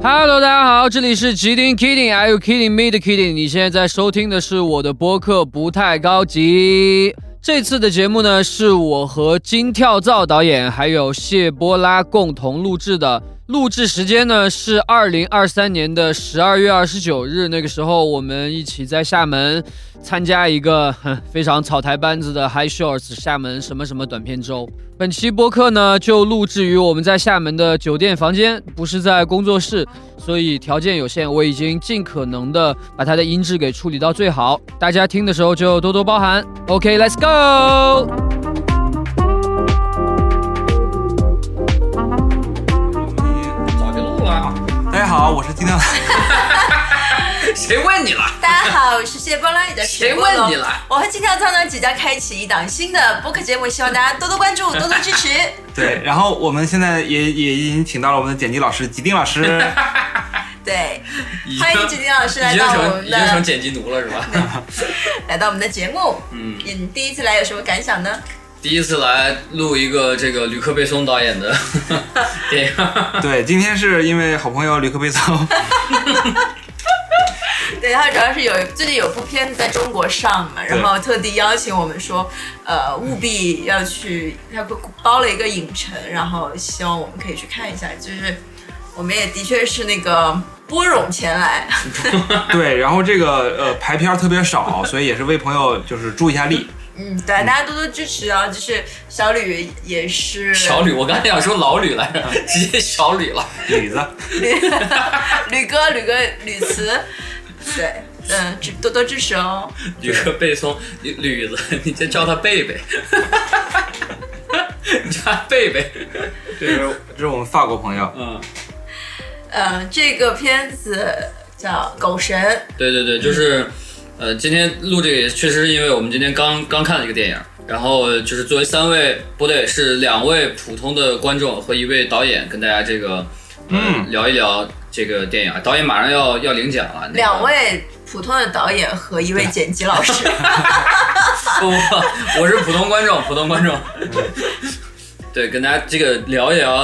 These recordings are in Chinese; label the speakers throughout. Speaker 1: Hello，大家好，这里是吉丁 Kidding，Are you kidding me 的 Kidding？你现在在收听的是我的播客，不太高级。这次的节目呢，是我和金跳蚤导演还有谢波拉共同录制的。录制时间呢是二零二三年的十二月二十九日，那个时候我们一起在厦门参加一个哼非常草台班子的 High Shorts 厦门什么什么短片周。本期播客呢就录制于我们在厦门的酒店房间，不是在工作室，所以条件有限，我已经尽可能的把它的音质给处理到最好，大家听的时候就多多包涵。OK，Let's、go。
Speaker 2: 早就录了啊！
Speaker 3: 大家好，我是金亮。
Speaker 2: 谁问你了？
Speaker 4: 大家好，我是谢波拉，你的
Speaker 2: 谁问你了？
Speaker 4: 我和金跳蚤呢即将开启一档新的播客节目，希望大家多多关注，多多支 持。
Speaker 3: 对，然后我们现在也也已经请到了我们的剪辑老师吉丁老师。
Speaker 4: 对，
Speaker 2: 已
Speaker 4: 欢迎金跳老师来
Speaker 2: 已经
Speaker 4: 到我
Speaker 2: 成
Speaker 4: 们
Speaker 2: 已经成
Speaker 4: 的
Speaker 2: 剪辑奴了是 吧？
Speaker 4: 来到我们的节目。
Speaker 2: 嗯，
Speaker 4: 你第一次来有什么感想呢？
Speaker 2: 第一次来录一个这个吕克贝松导演的 电影，
Speaker 3: 对，今天是因为好朋友吕克贝松，
Speaker 4: 对，他主要是有最近有部片子在中国上嘛，然后特地邀请我们说，呃，务必要去，他包了一个影城，然后希望我们可以去看一下。就是我们也的确是那个拨冗前来，
Speaker 3: 对，然后这个呃排片儿特别少，所以也是为朋友就是助一下力。
Speaker 4: 嗯，对，大家多多支持啊！就是小吕也是
Speaker 2: 小吕，我刚才想说老吕来着，直接小吕了。
Speaker 3: 吕子，
Speaker 4: 吕 吕哥、吕哥、吕慈，对，嗯，支多多支持哦。
Speaker 2: 吕克贝松，吕吕子，你就叫他贝贝，你叫他贝贝。
Speaker 3: 这是这是我们法国朋友。
Speaker 2: 嗯，
Speaker 4: 嗯，这个片子叫《狗神》，
Speaker 2: 对对对，就是，呃，今天录这个也确实是因为我们今天刚刚看了一个电影，然后就是作为三位不对，是两位普通的观众和一位导演跟大家这个，呃、
Speaker 3: 嗯
Speaker 2: 聊一聊这个电影啊。导演马上要要领奖了，那个
Speaker 4: 两位普通的导演和一位剪辑老师。
Speaker 2: 不 不，我是普通观众，普通观众。对，跟大家这个聊一聊，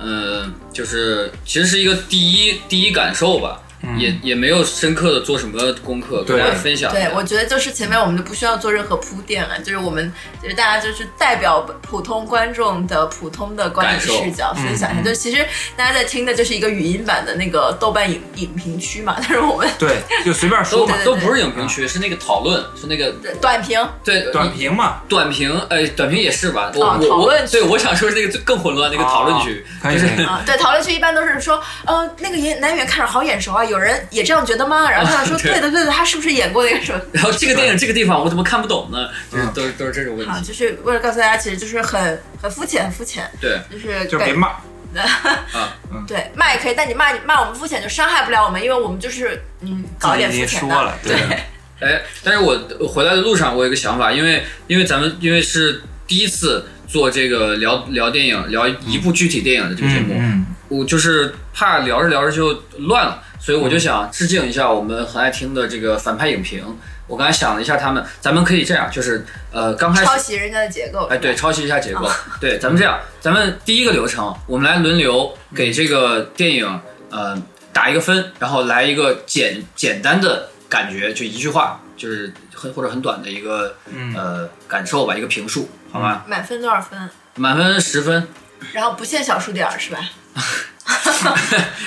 Speaker 2: 呃，就是其实是一个第一第一感受吧，
Speaker 3: 嗯
Speaker 2: 也也没有深刻的做什么功课跟
Speaker 3: 对
Speaker 2: 大家分享。
Speaker 4: 对，我觉得就是前面我们就不需要做任何铺垫了，就是我们就是大家就是代表普通观众的普通的观影
Speaker 2: 感受
Speaker 4: 视角分享一下。
Speaker 3: 嗯
Speaker 4: 就其实大家在听的就是一个语音版的那个豆瓣影影评区嘛，但是我们
Speaker 3: 对，就随便
Speaker 2: 都
Speaker 3: 说嘛，
Speaker 4: 对
Speaker 2: 都不是影评区，是那个讨论，是那个
Speaker 4: 短评
Speaker 2: 对
Speaker 3: 啊短评嘛，
Speaker 2: 短评，哎，短评也是吧？我、
Speaker 4: 啊
Speaker 2: 我
Speaker 4: 讨
Speaker 2: 我
Speaker 4: 论，区
Speaker 2: 对我想说是那个最更混乱那个讨论区，
Speaker 3: 啊可以
Speaker 2: 就是
Speaker 3: 可以
Speaker 4: 啊，对，讨论区一般都是说，呃，那个演男演员看着好眼熟啊，有人也这样觉得吗？然后他们说，
Speaker 2: 啊对
Speaker 4: 对的对的，他是不是演过那个什么？
Speaker 2: 然后这个电影这个地方我怎么看不懂呢？就是
Speaker 3: 嗯
Speaker 2: 都是都是这种问
Speaker 4: 啊，
Speaker 2: 题。
Speaker 4: 就是为了告诉大家，其实就是很很肤浅，很肤浅，
Speaker 2: 对，
Speaker 4: 就是
Speaker 3: 就
Speaker 4: 感
Speaker 3: 别骂。
Speaker 2: 啊，
Speaker 4: 对骂也可以，但你骂你骂我们肤浅就伤害不了我们，因为我们就是嗯搞一点
Speaker 3: 自己
Speaker 4: 肤
Speaker 3: 已经
Speaker 4: 浅
Speaker 3: 说
Speaker 4: 的
Speaker 3: 了，，对，
Speaker 2: 哎，但是我回来的路上我有一个想法，因为因为咱们因为是第一次做这个聊聊电影，聊一部具体电影的这个节
Speaker 3: 嗯
Speaker 2: 目，
Speaker 3: 嗯，
Speaker 2: 我就是怕聊着聊着就乱了，所以
Speaker 3: 嗯
Speaker 2: 我就想致敬一下我们很爱听的这个反派影评。我刚才想了一下，他们咱们可以这样，就是呃，刚开始
Speaker 4: 抄袭人家的结构。
Speaker 2: 哎，对，抄袭一下结构。对，咱们这样，咱们第一个流程，我们来轮流给这个电影呃打一个分，然后来一个简简单的感觉，就一句话，就是很或者很短的一个
Speaker 3: 嗯
Speaker 2: 呃感受吧，一个评述，好吧？
Speaker 4: 满分多少分？
Speaker 3: 嗯
Speaker 2: 满分十分，
Speaker 4: 然后不限小数点儿是吧？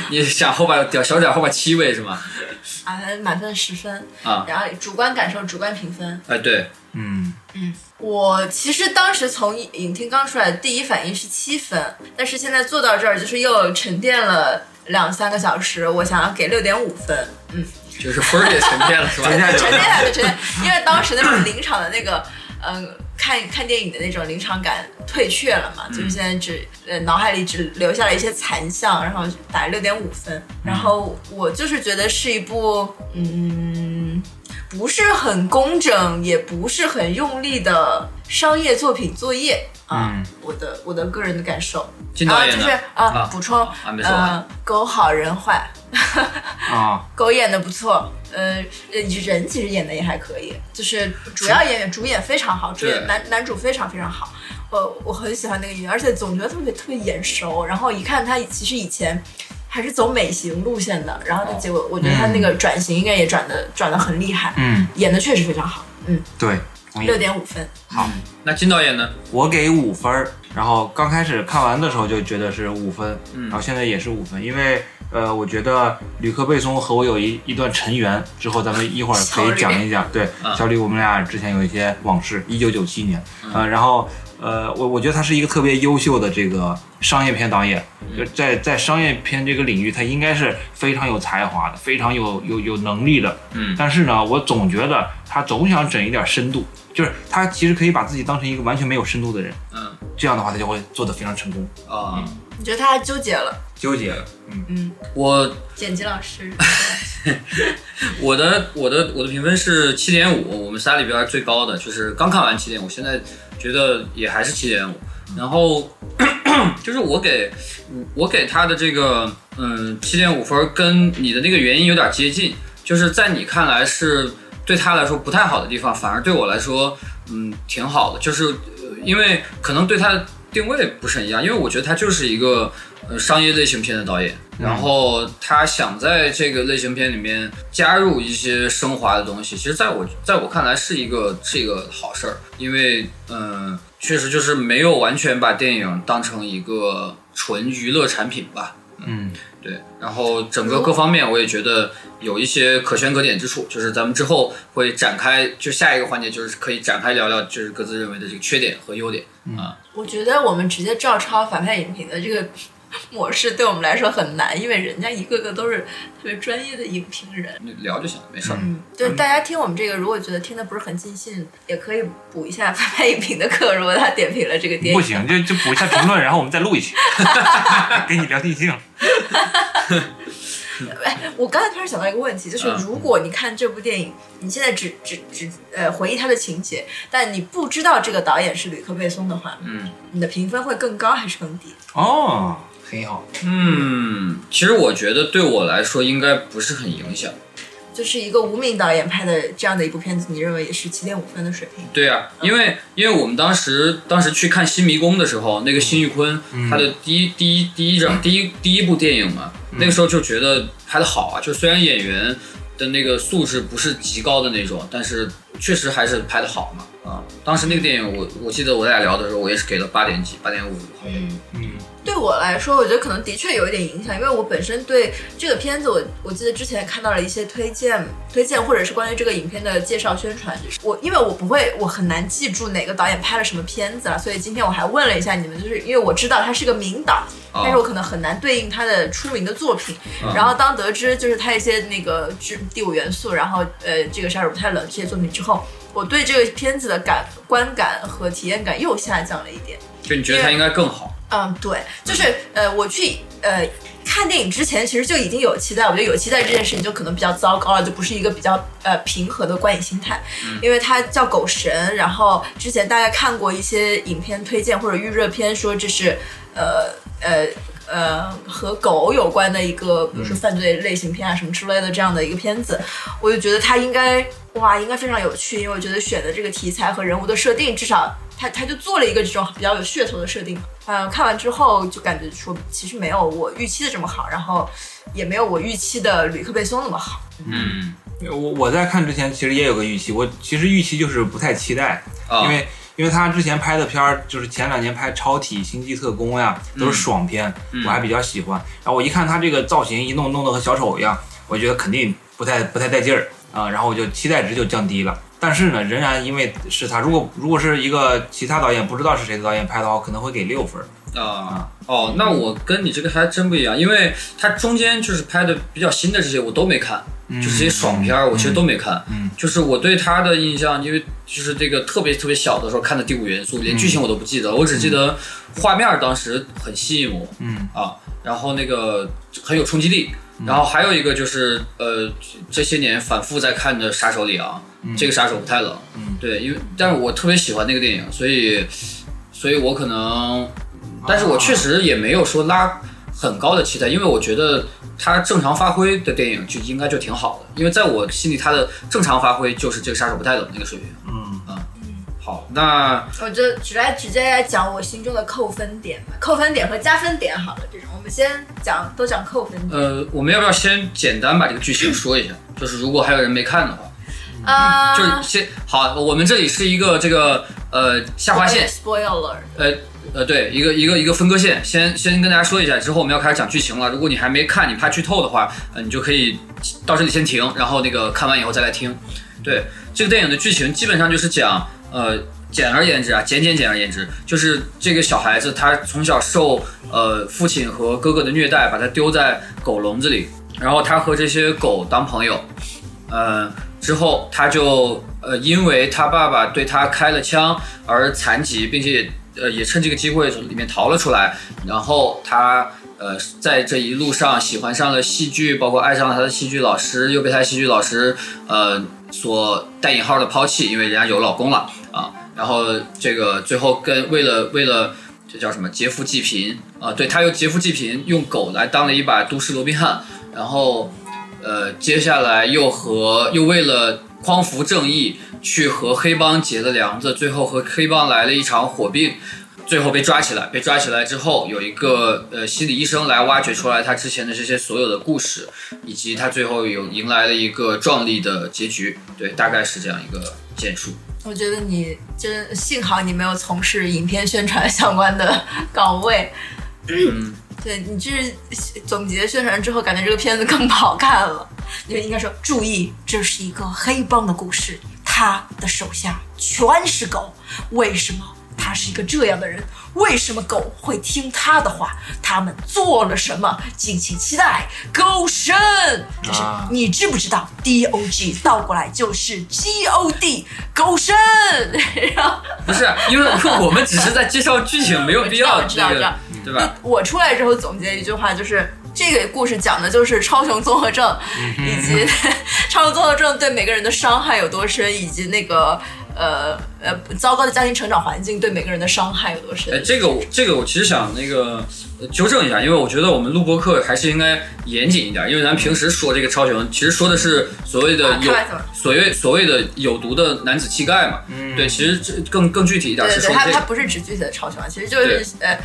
Speaker 2: 你想后边点小点后边七位是吗？
Speaker 4: 啊，满分十分。
Speaker 2: 啊，
Speaker 4: 然后主观感受、主观评分。
Speaker 2: 哎对，
Speaker 3: 嗯，
Speaker 4: 我其实当时从影厅刚出来，第一反应是七分，但是现在做到这儿，就是又沉淀了两三个小时，我想要给六点五分。嗯，
Speaker 2: 就是分儿也沉淀了是 吧？
Speaker 3: 沉淀
Speaker 4: 沉淀了，就沉淀，因为当时那种临场的那个，嗯、看看电影的那种临场感退却了嘛，
Speaker 2: 嗯
Speaker 4: 就是现在只呃脑海里只留下了一些残像，然后打六点五
Speaker 2: 嗯
Speaker 4: 分，然后我就是觉得是一部嗯不是很工整，也不是很用力的商业作品作业啊，
Speaker 3: 嗯
Speaker 4: 我的我的个人的感受，
Speaker 2: 金
Speaker 4: 然后
Speaker 2: 导
Speaker 4: 就
Speaker 2: 演呢
Speaker 4: 是？
Speaker 2: 啊
Speaker 4: 啊补充
Speaker 2: 啊没错
Speaker 4: 呃狗好人坏。
Speaker 3: 啊，
Speaker 4: 狗演的不错，呃，呃人其实演的也还可以，就是主要演员主演非常好，主
Speaker 2: 对
Speaker 4: 演男男主非常非常好，我我很喜欢那个演员，而且总觉得特别特别眼熟，然后一看他其实以前。还是走美型路线的，然后他结果我觉得他那个转型应该也转的转的很厉害，
Speaker 3: 嗯，
Speaker 4: 演的确实非常好，嗯，
Speaker 3: 对，同意
Speaker 4: 六。点五分，
Speaker 3: 好，
Speaker 2: 嗯那金导演呢？
Speaker 3: 我给五分儿。然后刚开始看完的时候就觉得是五分，
Speaker 2: 嗯
Speaker 3: 然后现在也是五分，因为呃，我觉得吕克贝松和我有一一段尘缘，之后咱们一会儿可以讲一讲。对，
Speaker 2: 啊
Speaker 3: 小吕，我们俩之前有一些往事，一九九七年，呃，然后呃，我我觉得他是一个特别优秀的这个商业片导演，就在在商业片这个领域，他应该是非常有才华的，非常有有有能力的，
Speaker 2: 嗯
Speaker 3: 但是呢，我总觉得他总想整一点深度，就是他其实可以把自己当成一个完全没有深度的人，
Speaker 2: 嗯
Speaker 3: 这样的话他就会做得非常成功。
Speaker 2: 啊，
Speaker 3: 嗯
Speaker 4: 你觉得他纠结了？
Speaker 3: 纠结了，嗯，
Speaker 4: 嗯，
Speaker 2: 我
Speaker 4: 剪辑老师，
Speaker 2: 我的我的我的评分是七点五，我们仨里边最高的，就是刚看完七点五，现在觉得也还是七点五。然后 就是我给我给他的这个嗯七点五分，跟你的那个原因有点接近，就是在你看来是对他来说不太好的地方，反而对我来说嗯挺好的，就是呃因为可能对他的定位不是很一样，因为我觉得他就是一个呃商业类型片的导演，然后他想在这个类型片里面加入一些升华的东西，其实在我在我看来是一个是一个好事儿，因为嗯、呃确实就是没有完全把电影当成一个纯娱乐产品吧。
Speaker 3: 嗯，
Speaker 2: 对，然后整个各方面我也觉得有一些可圈可点之处，就是咱们之后会展开，就下一个环节就是可以展开聊聊，就是各自认为的这个缺点和优点啊。
Speaker 4: 我觉得我们直接照抄反派影评的这个 模式，对我们来说很难，因为人家一个个都是特别专业的影评人。
Speaker 2: 你聊就行了，没事儿。
Speaker 4: 嗯，就是大家听我们这个，如果觉得听的不是很尽兴，也可以补一下翻拍影评的课。如果他点评了这个电
Speaker 3: 不
Speaker 4: 影，
Speaker 3: 行，就就补一下评论，然后我们再录一 期，给你聊尽兴。
Speaker 4: 我刚才突然想到一个问题，就是
Speaker 2: 嗯
Speaker 4: 如果你看这部电影，你现在只只只呃回忆它的情节，但你不知道这个导演是吕克贝松的话，
Speaker 2: 嗯
Speaker 4: 你的评分会更高还是更低？
Speaker 3: 哦，很好，
Speaker 2: 嗯，其实我觉得对我来说应该不是很影响。
Speaker 4: 就是一个无名导演拍的这样的一部片子，你认为也是七点五分的水平？
Speaker 2: 对啊，因为因为我们当时当时去看《新迷宫》的时候，那个辛玉坤、
Speaker 3: 嗯
Speaker 2: 他的第一第一第一张第一第一部电影嘛，
Speaker 3: 嗯
Speaker 2: 那个时候就觉得拍的好啊，就虽然演员的那个素质不是极高的那种，但是确实还是拍的好嘛。啊，当时那个电影我我记得我俩聊的时候，我也是给了八点几，八点五好像。
Speaker 3: 嗯
Speaker 4: 对我来说，我觉得可能的确有一点影响，因为我本身对这个片子我，我记得之前看到了一些推荐、推荐或者是关于这个影片的介绍、宣传。就是我因为我不会，我很难记住哪个导演拍了什么片子了，所以今天我还问了一下你们，就是因为我知道他是个名导，
Speaker 2: 啊
Speaker 4: 但是我可能很难对应他的出名的作品。然后当得知就是他一些那个之第五元素，然后呃这个杀手不太冷这些作品之后，我对这个片子的感观感和体验感又下降了一点。
Speaker 2: 就你觉得他应该更好？
Speaker 4: 嗯，对，就是呃，我去呃看电影之前，其实就已经有期待。我觉得有期待这件事情就可能比较糟糕了，就不是一个比较呃平和的观影心态，因为它叫狗神。然后之前大家看过一些影片推荐或者预热片，说这是呃呃呃和狗有关的一个，比如说犯罪类型片啊什么之类的这样的一个片子，我就觉得它应该哇，应该非常有趣，因为我觉得选的这个题材和人物的设定，至少他他就做了一个这种比较有噱头的设定。嗯、看完之后就感觉说，其实没有我预期的这么好，然后也没有我预期的吕克贝松那么好。
Speaker 2: 嗯
Speaker 3: 我我在看之前其实也有个预期，我其实预期就是不太期待，
Speaker 2: 啊，
Speaker 3: 因为因为他之前拍的片儿，就是前两年拍《超体》《星际特工》呀，都是爽片，
Speaker 2: 嗯
Speaker 3: 我还比较喜欢。然后我一看他这个造型一弄弄得和小丑一样，我觉得肯定不太不太带劲儿啊、然后我就期待值就降低了。但是呢，仍然因为是他，如果如果是一个其他导演不知道是谁的导演拍的话，我可能会给六分儿。嗯
Speaker 2: 啊、哦，那我跟你这个还真不一样，因为它中间就是拍的比较新的这些我都没看，嗯就是这些爽片儿我其实都没看，
Speaker 3: 嗯
Speaker 2: 就是我对他的印象，因为就是这个特别特别小的时候看的《第五元素》，连
Speaker 3: 嗯
Speaker 2: 剧情我都不记得，我只记得画面儿当时很吸引我，
Speaker 3: 嗯
Speaker 2: 啊，然后那个很有冲击力。然后还有一个就是，呃，这些年反复在看的《杀手里昂》，这个杀手不太冷，
Speaker 3: 嗯
Speaker 2: 对，因为但是我特别喜欢那个电影，所以，所以我可能，
Speaker 3: 嗯
Speaker 2: 但
Speaker 3: 啊
Speaker 2: 是我确实也没有说拉很高的期待，因为我觉得他正常发挥的电影就应该就挺好的，因为在我心里他的正常发挥就是这个杀手不太冷那个水平。
Speaker 3: 嗯
Speaker 2: 好，那
Speaker 4: 我就直来直接来讲我心中的扣分点吧，扣分点和加分点好了，这种我们先讲都讲扣分。
Speaker 2: 呃，我们要不要先简单把这个剧情说一下？就是如果还有人没看的话，
Speaker 4: 啊，
Speaker 2: 嗯就是先好，我们这里是一个这个呃下划线，
Speaker 4: spoiler，
Speaker 2: 呃呃，对，一个一个一个分割线，先先跟大家说一下，之后我们要开始讲剧情了。如果你还没看，你怕剧透的话，呃，你就可以到这里先停，然后那个看完以后再来听。对，这个电影的剧情基本上就是讲，呃，简而言之啊，简简简而言之，就是这个小孩子他从小受呃父亲和哥哥的虐待，把他丢在狗笼子里，然后他和这些狗当朋友，呃，之后他就呃因为他爸爸对他开了枪而残疾，并且呃也趁这个机会从里面逃了出来，然后他。呃，在这一路上喜欢上了戏剧，包括爱上了他的戏剧老师，又被他戏剧老师呃所带引号的抛弃，因为人家有老公了啊。然后这个最后跟为了为了这叫什么劫富济贫啊？对他又劫富济贫，用狗来当了一把都市罗宾汉。然后呃，接下来又和又为了匡扶正义，去和黑帮结了梁子，最后和黑帮来了一场火并。最后被抓起来，被抓起来之后，有一个呃心理医生来挖掘出来他之前的这些所有的故事，以及他最后有迎来了一个壮丽的结局。对，大概是这样一个简述。
Speaker 4: 我觉得你真幸好你没有从事影片宣传相关的岗位。
Speaker 2: 嗯，
Speaker 4: 对你这是总结宣传之后，感觉这个片子更不好看了。 你应该说，注意，这是一个黑帮的故事，他的手下全是狗，为什么？他是一个这样的人，为什么狗会听他的话？他们做了什么？敬请期待。狗神，就是
Speaker 3: 啊
Speaker 4: 你知不知道？D O G 倒过来就是 G O D，狗神。然后
Speaker 2: 不是，因为我们只是在介绍剧情，没有必要
Speaker 4: 我知道
Speaker 2: 这
Speaker 4: 我知
Speaker 2: 个
Speaker 4: 道，
Speaker 2: 对吧？
Speaker 4: 嗯我出来之后总结一句话，就是这个故事讲的就是超雄综合症，
Speaker 2: 嗯
Speaker 4: 以及 超雄综合症对每个人的伤害有多深，以及那个呃呃糟糕的家庭成长环境对每个人的伤害有多深
Speaker 2: 哎，。这个我这个我其实想那个呃纠正一下，因为我觉得我们录播课还是应该严谨一点，因为咱平时说这个超雄，其实说的是所谓的
Speaker 4: 啊开
Speaker 2: 有
Speaker 4: 玩笑
Speaker 2: 所谓所谓的有毒的男子气概嘛。
Speaker 3: 嗯
Speaker 2: 对，其实这更更具体一点
Speaker 4: 对
Speaker 2: 是
Speaker 4: 对对，
Speaker 2: 说
Speaker 4: 它
Speaker 2: 这
Speaker 4: 它
Speaker 2: 个，
Speaker 4: 不是只具体的超雄啊，其实就是呃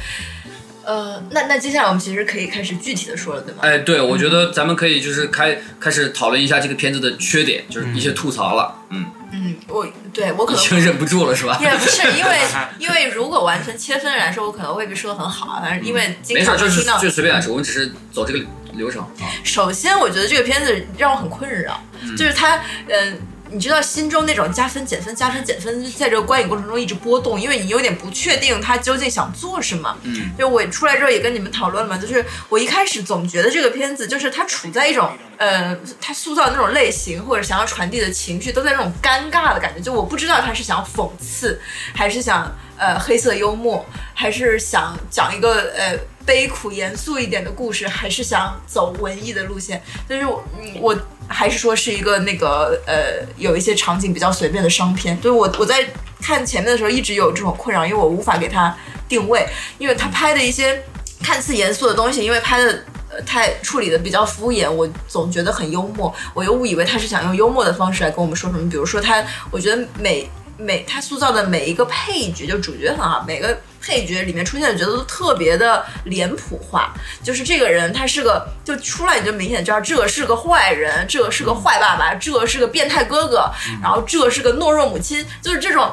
Speaker 4: 呃，那那接下来我们其实可以开始具体的说了，对吗？
Speaker 2: 哎，对，我觉
Speaker 4: 嗯
Speaker 2: 得咱们可以就是开开始讨论一下这个片子的缺点，就是一些吐槽了，嗯，
Speaker 4: 嗯，我对我可
Speaker 2: 已
Speaker 4: 能
Speaker 2: 经忍不住了是吧？
Speaker 4: 也不是因为 因为如果完全切分来说，我可能未必说的很好啊，反正因为经
Speaker 2: 嗯没事
Speaker 4: 常，
Speaker 2: 就
Speaker 4: 会
Speaker 2: 是
Speaker 4: 听到。
Speaker 2: 就随便来说，我们只是走这个流程啊。
Speaker 4: 首先，我觉得这个片子让我很困扰，就是它，嗯、你知道心中那种加分、减分、加分、减分，在这个观影过程中一直波动，因为你有点不确定他究竟想做什么。
Speaker 2: 嗯，
Speaker 4: 就我出来之后也跟你们讨论了嘛，就是我一开始总觉得这个片子就是它处在一种，呃，它塑造的那种类型或者想要传递的情绪都在那种尴尬的感觉，就我不知道他是想讽刺，还是想呃黑色幽默，还是想讲一个呃悲苦严肃一点的故事，还是想走文艺的路线，但是我嗯我。还是说是一个那个呃，有一些场景比较随便的商片，就是我我在看前面的时候一直有这种困扰，因为我无法给它定位，因为他拍的一些看似严肃的东西，因为拍的。呃，太处理的比较敷衍，我总觉得很幽默，我又误以为他是想用幽默的方式来跟我们说什么。比如说他，我觉得每每他塑造的每一个配角，就主角很好，每个配角里面出现的角色都特别的脸谱化，就是这个人他是个，就出来你就明显知道这是个坏人，这是个坏爸爸，这是个变态哥哥，然后这是个懦弱母亲，就是这种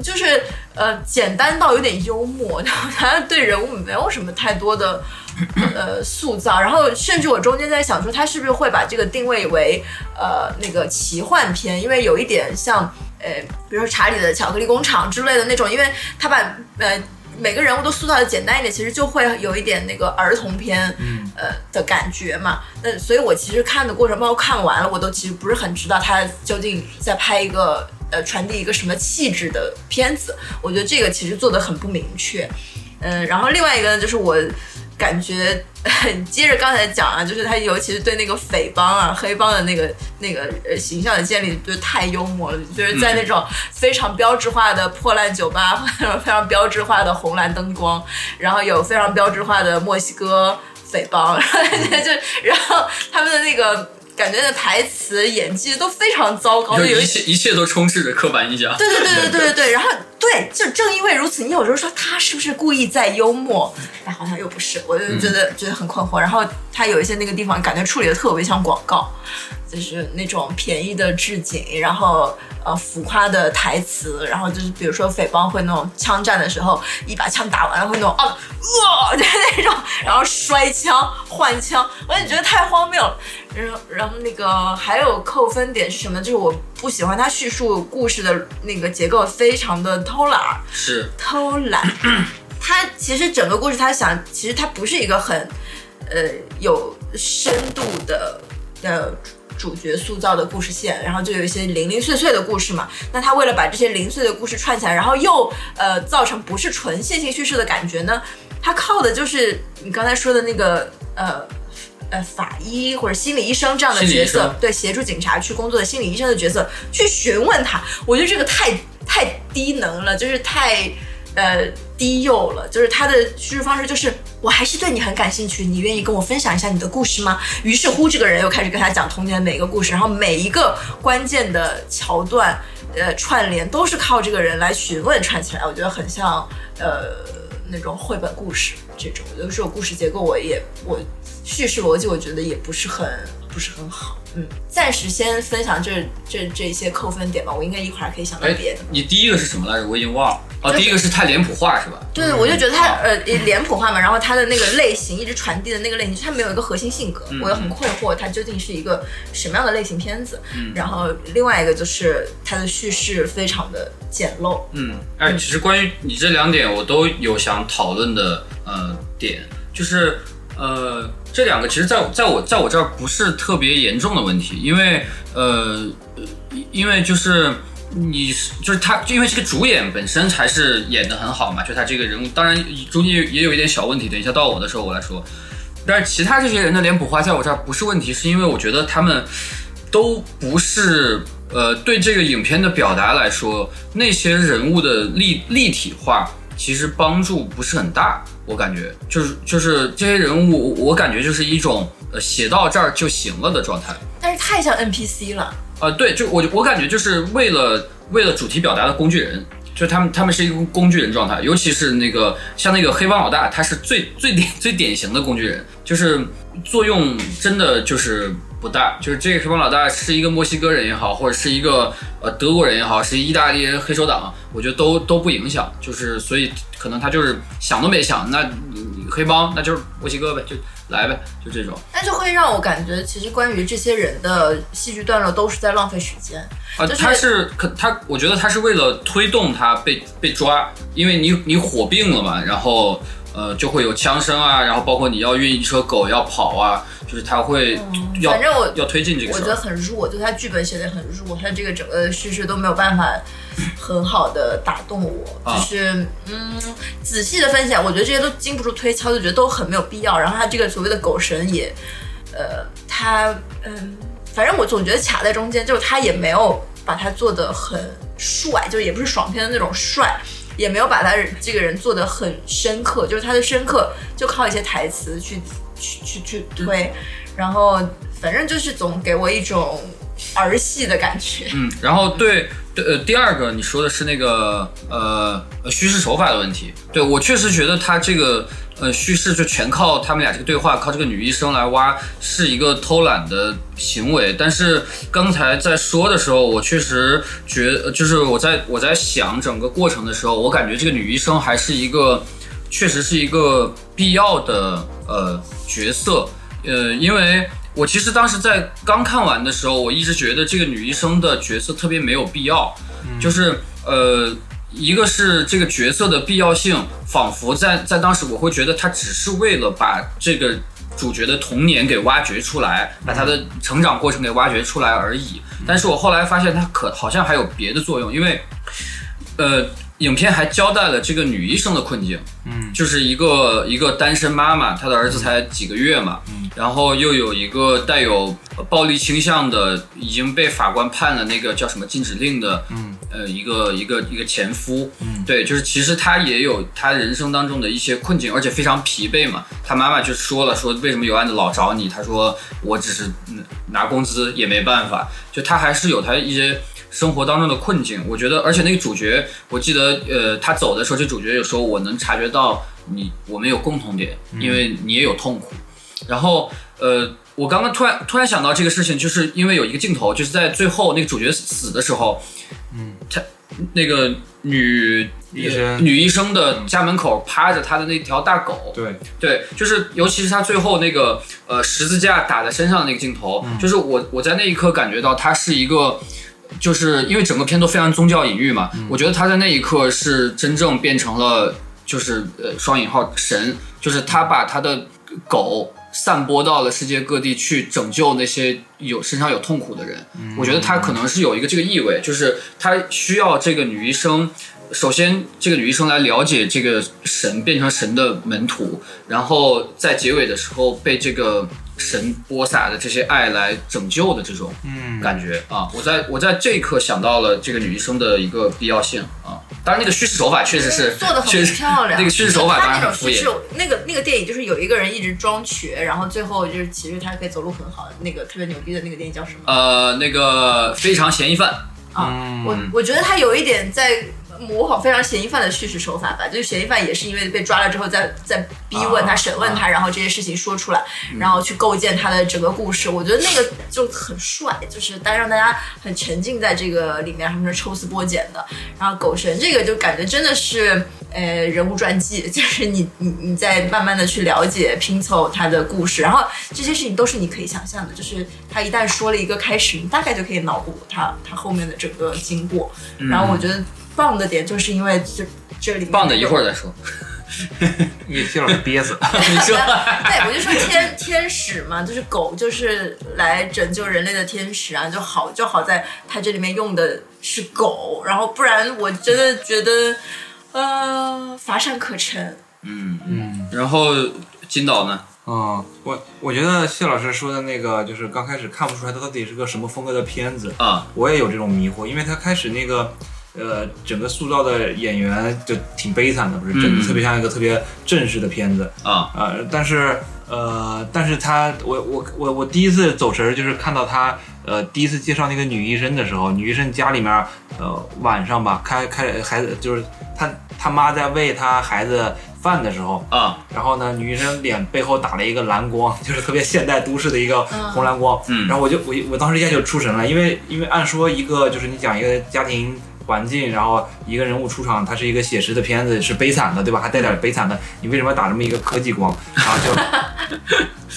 Speaker 4: 就是呃简单到有点幽默，然后他对人物没有什么太多的呃塑造，然后甚至我中间在想说他是不是会把这个定位为呃那个奇幻片，因为有一点像呃比如说查理的巧克力工厂之类的那种，因为他把呃。每个人物都塑造的简单一点，其实就会有一点那个儿童片，
Speaker 3: 嗯
Speaker 4: 呃的感觉嘛。那所以我其实看的过程，包括看完了，我都其实不是很知道他究竟在拍一个呃传递一个什么气质的片子。我觉得这个其实做的很不明确。嗯，然后另外一个呢，就是我感觉呃接着刚才讲啊，就是他尤其是对那个匪帮啊、黑帮的那个那个呃形象的建立，就是太幽默了，就是在那种非常标志化的破烂酒吧， 或者非常标志化的红蓝灯光，然后有 非常标志化的墨西哥匪帮，然后就然后他们的那个。感觉那台词、演技都非常糟糕，
Speaker 2: 就
Speaker 4: 有
Speaker 2: 一
Speaker 4: 一
Speaker 2: 切一切都充斥着刻板印象。
Speaker 4: 对对对对对对对，然后对，就正因为如此，你有时候说他是不是故意在幽默，但好像又不是，我就觉得、觉得很困惑。然后他有一些那个地方感觉处理的特别像广告，就是那种便宜的置景，然后呃浮夸的台词，然后就是比如说匪帮会那种枪战的时候，一把枪打完了会那种啊哇就是 那种，然后摔枪换枪，我也觉得太荒谬了。然后，然后那个还有扣分点是什么？就是我不喜欢他叙述故事的那个结构非常的偷懒儿，
Speaker 2: 是，
Speaker 4: 偷懒。他其实整个故事，他想，其实他不是一个很，呃，有深度的的主角塑造的故事线，然后就有一些零零碎碎的故事嘛。那他为了把这些零碎的故事串起来，然后又呃造成不是纯线性叙事的感觉呢，他靠的就是你刚才说的那个呃。呃，法医或者心理医生这样的
Speaker 2: 心理
Speaker 4: 角
Speaker 2: 医生
Speaker 4: 色，对协助警察去工作的心理医生的角色去询问他，我觉得这个太太低能了，就是太呃低幼了，就是他的叙述方式就是我还是对你很感兴趣，你愿意跟我分享一下你的故事吗？于是乎，这个人又开始跟他讲童年的每一个故事，然后每一个关键的桥段，呃，串联都是靠这个人来询问串起来，我觉得很像呃那种绘本故事这种，有的时候故事结构我也我叙事逻辑我觉得也不是很不是很好。嗯，暂时先分享这这这些扣分点吧，我应该一会儿还可以想到
Speaker 2: 哎
Speaker 4: 别的。，
Speaker 2: 你第一个是什么来着？我已经忘了。哦，
Speaker 4: 就是
Speaker 2: 第一个是太脸谱化是吧？
Speaker 4: 对，我就觉得他
Speaker 2: 嗯
Speaker 4: 呃脸谱化嘛，然后他的那个类型一直传递的那个类型，他没有一个核心性格，
Speaker 2: 嗯
Speaker 4: 我也很困惑他究竟是一个什么样的类型片子。
Speaker 2: 嗯
Speaker 4: 然后另外一个就是他的叙事非常的简陋，
Speaker 2: 嗯，哎，其实关于你这两点，我都有想讨论的呃点，就是呃这两个其实在在我在我这儿不是特别严重的问题，因为呃呃因为就是你是就是他，就因为这个主演本身还是演的很好嘛，就他这个人物，当然中间也有一点小问题，等一下到我的时候我来说。但是其他这些人的脸谱化在我这儿不是问题，是因为我觉得他们都不是呃，对这个影片的表达来说，那些人物的立立体化其实帮助不是很大。我感觉就是就是这些人物，我我感觉就是一种呃写到这儿就行了的状态。
Speaker 4: 但是太像 NPC 了。
Speaker 2: 啊，对，就我我感觉就是为了为了主题表达的工具人，就是他们他们是一个工具人状态，尤其是那个像那个黑帮老大，他是最最典最典型的工具人，就是作用真的就是不大，就是这个黑帮老大是一个墨西哥人也好，或者是一个呃德国人也好，是意大利人黑手党，我觉得都都不影响，就是所以可能他就是想都没想，那嗯黑帮那就是墨西哥呗，就来呗，就这种
Speaker 4: 但就会让我感觉，其实关于这些人的戏剧段落都是在浪费时间。
Speaker 2: 啊，
Speaker 4: 就是
Speaker 2: 他是可他，我觉得他是为了推动他被被抓，因为你你火并了嘛，然后呃就会有枪声啊，然后包括你要运一车狗要跑啊，就是他会、要
Speaker 4: 哦反正我
Speaker 2: 要推进这个
Speaker 4: 我
Speaker 2: 事
Speaker 4: 觉得
Speaker 2: 儿。
Speaker 4: 很弱，就他剧本写的很弱，他这个整个叙事都没有办法很好的打动我。
Speaker 2: 啊
Speaker 4: 就是嗯，仔细的分析，啊我觉得这些都经不住推敲，就觉得都很没有必要。然后他这个所谓的狗神也，呃，他嗯，反正我总觉得卡在中间，就是他也没有把他做的很帅，就是也不是爽片的那种帅。也没有把他这个人做的很深刻，就是他的深刻就靠一些台词去去去去推，然后反正就是总给我一种儿戏的感觉。
Speaker 2: 嗯，然后对对呃，第二个你说的是那个呃呃叙事手法的问题，对我确实觉得他这个呃叙事就全靠他们俩这个对话，靠这个女医生来挖，是一个偷懒的行为。但是刚才在说的时候，我确实觉呃就是我在我在想整个过程的时候，我感觉这个女医生还是一个确实是一个必要的呃角色，呃，因为我其实当时在刚看完的时候，我一直觉得这个女医生的角色特别没有必要，就是呃，一个是这个角色的必要性，仿佛在在当时我会觉得她只是为了把这个主角的童年给挖掘出来，把他的成长过程给挖掘出来而已。但是我后来发现她可好像还有别的作用，因为呃，影片还交代了这个女医生的困境。
Speaker 3: 嗯
Speaker 2: 就是一个一个单身妈妈，她的儿子才几个月嘛，
Speaker 3: 嗯
Speaker 2: 然后又有一个带有暴力倾向的，已经被法官判了那个叫什么禁止令的，
Speaker 3: 嗯，
Speaker 2: 呃，一个一个一个前夫，
Speaker 3: 嗯
Speaker 2: 对，就是其实他也有他人生当中的一些困境，而且非常疲惫嘛。他妈妈就说了，说为什么有案子老找你？他说我只是嗯拿工资也没办法，就他还是有他一些。生活当中的困境，我觉得，而且那个主角，我记得，呃，他走的时候，这主角有时候我能察觉到你，我们有共同点，
Speaker 3: 嗯
Speaker 2: 因为你也有痛苦，然后呃，我刚刚突然突然想到这个事情，就是因为有一个镜头，就是在最后那个主角死的时候，
Speaker 3: 嗯，
Speaker 2: 他那个女呃
Speaker 3: 医生嗯
Speaker 2: 女医生的家门口趴着她的那条大狗，
Speaker 3: 对，
Speaker 2: 对，就是尤其是他最后那个呃十字架打在身上的那个镜头，就是我我在那一刻感觉到他是一个。就是因为整个片都非常宗教隐喻嘛，我觉得他在那一刻是真正变成了，就是呃双引号神，就是他把他的狗散播到了世界各地去拯救那些有身上有痛苦的人。我觉得他可能是有一个这个意味，就是他需要这个女医生，首先这个女医生来了解这个神，变成神的门徒，然后在结尾的时候被这个神播撒的这些爱来拯救的这种
Speaker 3: 嗯，
Speaker 2: 感觉啊，我在我在这一刻想到了这个女医生的一个必要性啊，当然那个叙事手法确实是
Speaker 4: 做的
Speaker 2: 确
Speaker 4: 很
Speaker 2: 实
Speaker 4: 漂亮。
Speaker 2: 那个叙事手法当然很敷
Speaker 4: 就
Speaker 2: 衍
Speaker 4: 是，那个那个电影就是有一个人一直装瘸，然后最后就是其实他可以走路很好，那个特别牛逼的那个电影叫什么？
Speaker 2: 呃，那个非常嫌疑犯，
Speaker 4: 啊，
Speaker 2: 嗯
Speaker 3: 嗯
Speaker 4: 我我觉得他有一点在模仿非常嫌疑犯的叙事手法吧，就是嫌疑犯也是因为被抓了之后再，再逼问他、审
Speaker 2: 啊
Speaker 4: 问他，然后这些事情说出来，
Speaker 2: 嗯
Speaker 4: 然后去构建他的整个故事。我觉得那个就很帅，就是但让大家很沉浸在这个里面，他们是抽丝剥茧的。然后狗神这个就感觉真的是。呃，人物传记 就是你你你在慢慢的去了解拼凑他的故事，然后这些事情都是你可以想象的，就是他一旦说了一个开始，你大概就可以脑补他他后面的整个经过。然后我觉得棒的点就是因为这这里面
Speaker 2: 棒的一会儿再说，
Speaker 3: 叶希老师憋死了。
Speaker 2: 你说。
Speaker 4: 对，我就说天天使嘛，就是狗，就是来拯救人类的天使啊，就好就好在它这里面用的是狗，然后不然我真的觉得，呃，乏善可陈。
Speaker 2: 嗯
Speaker 3: 嗯，
Speaker 2: 然后金导呢？
Speaker 3: 嗯，我我觉得谢老师说的那个，就是刚开始看不出来它到底是个什么风格的片子，
Speaker 2: 啊，
Speaker 3: 我也有这种迷惑，因为他开始那个，呃，整个塑造的演员就挺悲惨的，不是，真
Speaker 2: 嗯
Speaker 3: 的特别像一个特别正式的片子，
Speaker 2: 啊，
Speaker 3: 呃，但是呃，但是他，我我我我第一次走神儿就是看到他，呃，第一次介绍那个女医生的时候，女医生家里面，呃，晚上吧，开开孩子就是他他妈在喂他孩子饭的时候，
Speaker 2: 啊，
Speaker 3: 然后呢，女医生脸背后打了一个蓝光， 就是特别现代都市的一个红蓝光。
Speaker 2: 嗯
Speaker 3: 然后我就我我当时一下就出神了，因为因为按说一个就是你讲一个家庭环境，然后一个人物出场，它是一个写实的片子，是悲惨的，对吧？还带点悲惨的，你为什么要打这么一个科技光？然后就。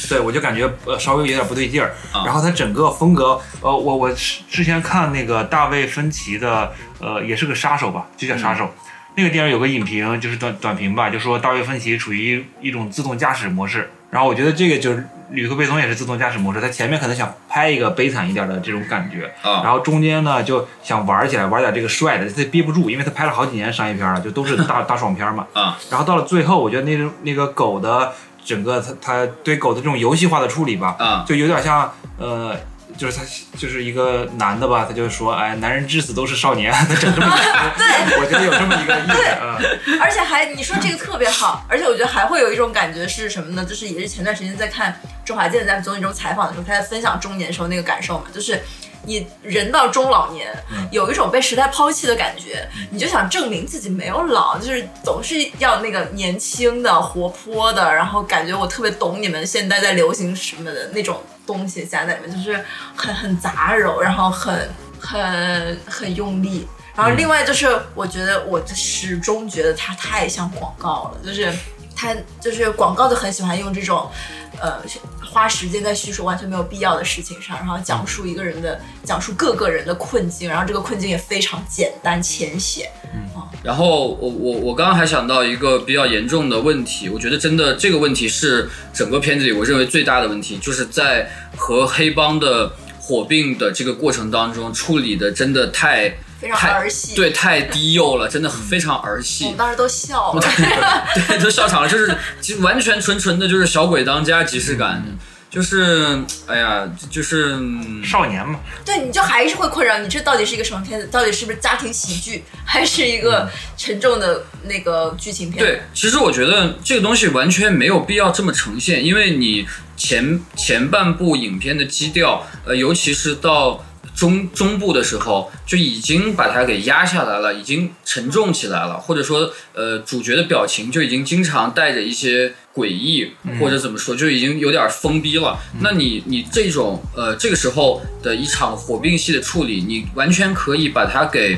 Speaker 3: 对，我就感觉呃稍微有点不对劲儿，
Speaker 2: 啊
Speaker 3: 然后它整个风格，呃，我我之之前看那个大卫芬奇的，呃，也是个杀手吧，就叫杀手，那个电影有个影评，就是短短评吧，就说大卫芬奇处于一种自动驾驶模式。然后我觉得这个就是吕克贝松也是自动驾驶模式，他前面可能想拍一个悲惨一点的这种感觉，
Speaker 2: 啊
Speaker 3: 然后中间呢就想玩起来，玩点这个帅的，他憋不住，因为他拍了好几年商业片了，就都是大 大爽片嘛。
Speaker 2: 啊，
Speaker 3: 然后到了最后，我觉得那种那个狗的整个他他对狗的这种游戏化的处理吧，
Speaker 2: 啊
Speaker 3: 就有点像呃。就是他，就是一个男的吧，他就说，哎，男人至死都是少年，啊 他整这么一个，我觉得有这么一个意思啊。
Speaker 4: 而且还你说这个特别好，而且我觉得还会有一种感觉是什么呢？就是也是前段时间在看周华健在综艺中采访的时候，他在分享中年时候那个感受嘛，就是你人到中老年，有一种被时代抛弃的感觉，你就想证明自己没有老，就是总是要那个年轻的、活泼的，然后感觉我特别懂你们现在在流行什么的那种东西夹在里面，就是很很杂糅，然后很很很用力。然后另外就是，我觉得我始终觉得它太像广告了，就是它就是广告就很喜欢用这种，呃，花时间在叙述完全没有必要的事情上，然后讲述一个人的讲述各个人的困境，然后这个困境也非常简单浅显。
Speaker 2: 然后我我我刚刚还想到一个比较严重的问题，我觉得真的这个问题是整个片子里我认为最大的问题，就是在和黑帮的火并的这个过程当中处理的真的太
Speaker 4: 非常
Speaker 2: 太
Speaker 4: 儿戏嗯
Speaker 2: 对，太低幼了，真的非常儿
Speaker 4: 我
Speaker 2: 戏
Speaker 4: 们，当时都笑了，嗯
Speaker 2: 对，都笑场了，就是就完全纯纯的就是小鬼当家即视感。就是哎呀，就是嗯
Speaker 3: 少年嘛，
Speaker 4: 对，你就还是会困扰你，这到底是一个什么片子？到底是不是家庭喜剧，还是一个沉重的那个剧情片？
Speaker 2: 对，其实我觉得这个东西完全没有必要这么呈现，因为你前前半部影片的基调，呃，尤其是到中中部的时候，就已经把它给压下来了，已经沉重起来了，或者说，呃，主角的表情就已经经常带着一些诡异，或者怎么说，就已经有点疯逼了。那你你这种呃这个时候的一场火并戏的处理，你完全可以把它给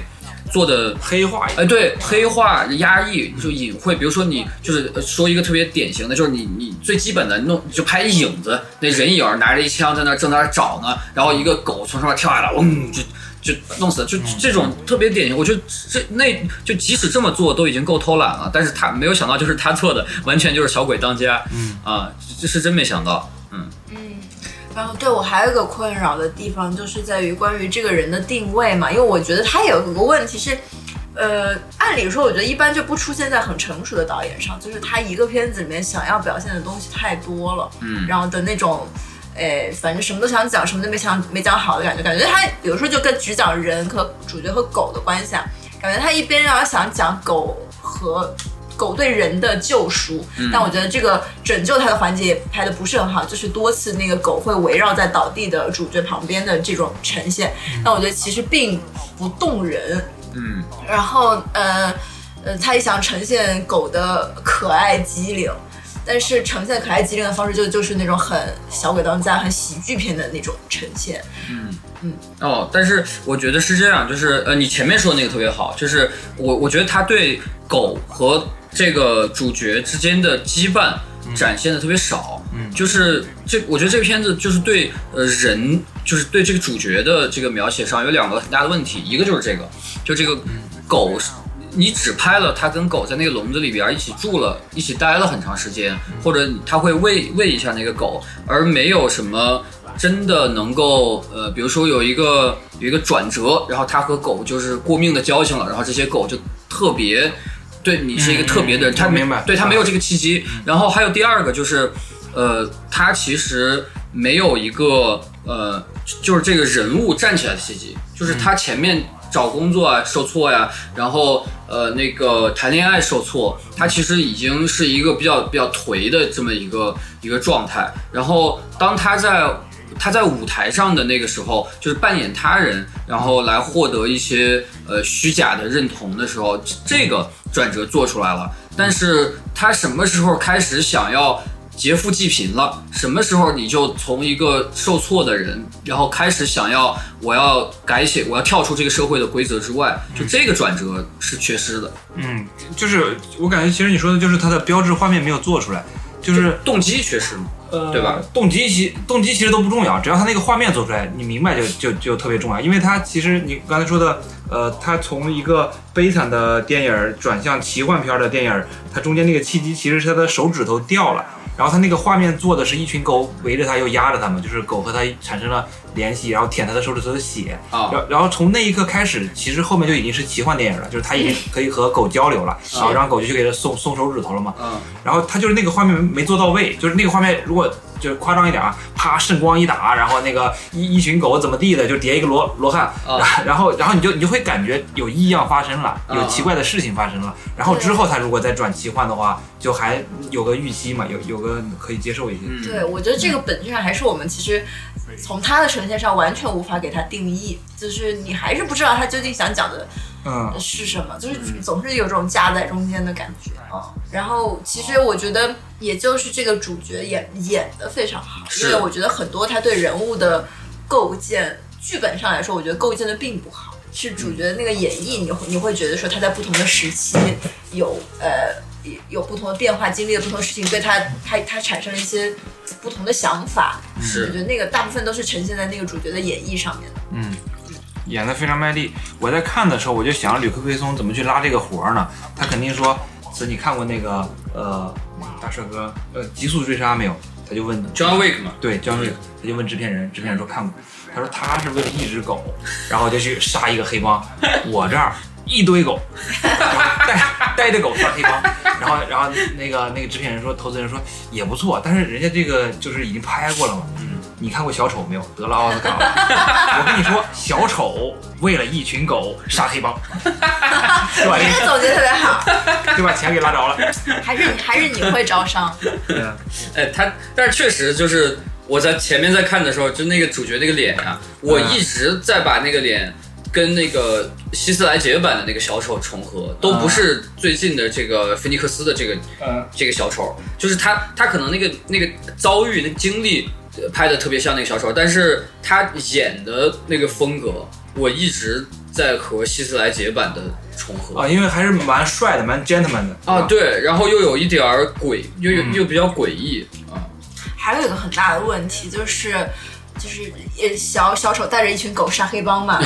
Speaker 2: 做的
Speaker 3: 黑化一点
Speaker 2: 哎，对，黑化、压抑就隐晦，比如说你就是呃说一个特别典型的，就是你你最基本的弄你就拍一影子，那人影儿拿着一枪在那儿正在那儿找呢，然后一个狗从上面跳下来，嗡就就弄死了，就就这种特别典型，我觉得这那就即使这么做都已经够偷懒了，但是他没有想到就是他做的完全就是小鬼当家，嗯啊，这是真没想到，嗯
Speaker 4: 然后对我还有一个困扰的地方，就是在于关于这个人的定位嘛，因为我觉得他有个问题是，呃，按理说我觉得一般就不出现在很成熟的导演上，就是他一个片子里面想要表现的东西太多了，
Speaker 2: 嗯
Speaker 4: 然后的那种。哎，反正什么都想讲，什么都没想没讲好的感觉，感觉他有时候就跟只讲人和主角和狗的关系啊，感觉他一边要想讲狗和狗对人的救赎，但我觉得这个拯救他的环节也拍的不是很好，就是多次那个狗会围绕在倒地的主角旁边的这种呈现，但我觉得其实并不动人。
Speaker 2: 嗯
Speaker 4: 然后呃呃，他也想呈现狗的可爱机灵，但是呈现可爱机灵的方式就就是那种很小鬼当家、很喜剧片的那种呈现。
Speaker 2: 哦，但是我觉得是这样，就是呃，你前面说那个特别好，就是我我觉得他对狗和这个主角之间的羁绊展现的特别少，
Speaker 3: 嗯
Speaker 2: 就是这我觉得这个片子就是对呃人，就是对这个主角的这个描写上有两个很大的问题，一个就是这个，就这个狗是。你只拍了它跟狗在那个笼子里边儿一起住了，一起待了很长时间，或者它会喂喂一下那个狗，而没有什么真的能够呃，比如说有一个有一个转折，然后它和狗就是过命的交情了，然后这些狗就特别对你是一个特别的人，
Speaker 3: 嗯嗯
Speaker 2: 它没
Speaker 3: 我明白嗯
Speaker 2: 对它没有这个契机。然后还有第二个就是，呃，它其实没有一个呃，就是这个人物站起来的契机，就是
Speaker 3: 嗯
Speaker 2: 他前面找工作啊受挫呀、然后呃那个谈恋爱受挫，他其实已经是一个比较比较颓的这么一个一个状态。然后当他在呃他在舞台上的那个时候，就是扮演他人，然后来获得一些呃虚假的认同的时候，这这个转折做出来了。但是他什么时候开始想要劫富济贫了？什么时候你就从一个受挫的人，然后开始想要我要改写，我要跳出这个社会的规则之外？就这个转折是缺失的，
Speaker 3: 嗯，就是我感觉其实你说的就是它的标志画面没有做出来，就是
Speaker 2: 动机缺失嘛？
Speaker 3: 呃
Speaker 2: 对吧？
Speaker 3: 动机其动机其实都不重要，只要他那个画面做出来，你明白就就就特别重要，因为他其实你刚才说的，呃，他从一个悲惨的电影儿转向奇幻片儿的电影儿，它中间那个契机其实是他的手指头掉了。然后他那个画面做的是一群狗围着他，又压着他嘛，就是狗和他产生了联系，然后舔他的手指头的血，
Speaker 2: 啊
Speaker 3: 然后然后从那一刻开始，其实后面就已经是奇幻电影了，就是他已经可以和狗交 流了，然后让狗就去给他送送手指头了嘛。
Speaker 2: 嗯，
Speaker 3: 然后他就是那个画面没做到位，就是那个画面如果就是夸张一点啊，啪圣光一打，然后那个一一群狗怎么地的就叠一个罗罗汉，
Speaker 2: 啊
Speaker 3: 然后然后你就你就会感觉有异样发生了，
Speaker 2: 啊
Speaker 3: 有奇怪的事情发生了。然后之后他如果再转奇幻的话，就还有个预期嘛，有有个可以接受一些。
Speaker 2: 嗯
Speaker 4: 对，我觉得这个本质上还是我们其实从他的呈现上完全无法给他定义，就是你还是不知道他究竟想讲的
Speaker 3: 嗯
Speaker 4: 是什么，
Speaker 2: 嗯
Speaker 4: 就是总是有这种夹在中间的感觉啊。然后其实我觉得，也就是这个主角演演的非常好，因
Speaker 2: 是
Speaker 4: 为我觉得很多他对人物的构建，剧本上来说，我觉得构建的并不好，是
Speaker 2: 嗯
Speaker 4: 主角的那个演绎，你会你会觉得说他在不同的时期有呃。有不同的变化，经历了不同的事情，对他他他产生了一些不同的想法。我觉
Speaker 2: 嗯是
Speaker 4: 得那个大部分都是呈现在那个主角的演绎上面 的。
Speaker 3: 嗯，演的非常卖力。我在看的时候，我就想吕克菲松怎么去拉这个活儿呢？他肯定说，子你看过那个呃大帅哥呃极速追杀没有？他就问
Speaker 2: ，John Wick 嘛，
Speaker 3: 对 John Wick，他就问制片人，制片人说看过，他说他是为了一只狗，然后就去杀一个黑帮，我这儿一堆狗，但带着狗跳黑帮，然后然后那个那个制片人说，投资人说也不错，但是人家这个就是已经拍过了嘛。嗯你看过小丑没有？得了奥斯卡了。 我跟你说，小丑为了一群狗杀黑帮，就把
Speaker 4: 你这总结特别好，
Speaker 3: 这就把钱给拉着了。
Speaker 4: 还是还是你会招商，
Speaker 2: 哎，他，但是确实就是我在前面在看的时候，就那个主角那个脸呀、我一直在把那个脸跟那个希斯莱杰版的那个小丑重合，都不是最近的这个菲尼克斯的这个
Speaker 3: 嗯，
Speaker 2: 这个小丑，就是他，他可能那个那个遭遇那个经历呃拍的特别像那个小丑，但是他演的那个风格，我一直在和希斯莱杰版的重合。
Speaker 3: 啊，因为还是蛮帅的，蛮 gentleman 的
Speaker 2: 啊，，对，然后又有一点儿诡，又有又比较诡异啊，
Speaker 4: 还有一个很大的问题就是。就是也小小丑带着一群狗杀黑帮嘛，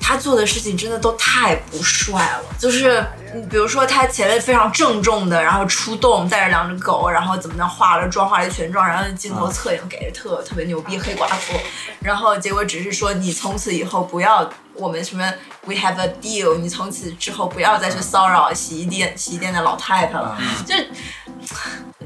Speaker 4: 他做的事情真的都太不帅了。就是你比如说他前面非常郑重的，然后出动带着两只狗，然后怎么样化了妆，化了全妆，然后镜头侧影给的特特别牛逼黑寡妇，然后结果只是说你从此以后不要我们什么 we have a deal，你从此之后不要再去骚扰洗衣店洗衣店的老太太
Speaker 3: 啊
Speaker 4: 了，就。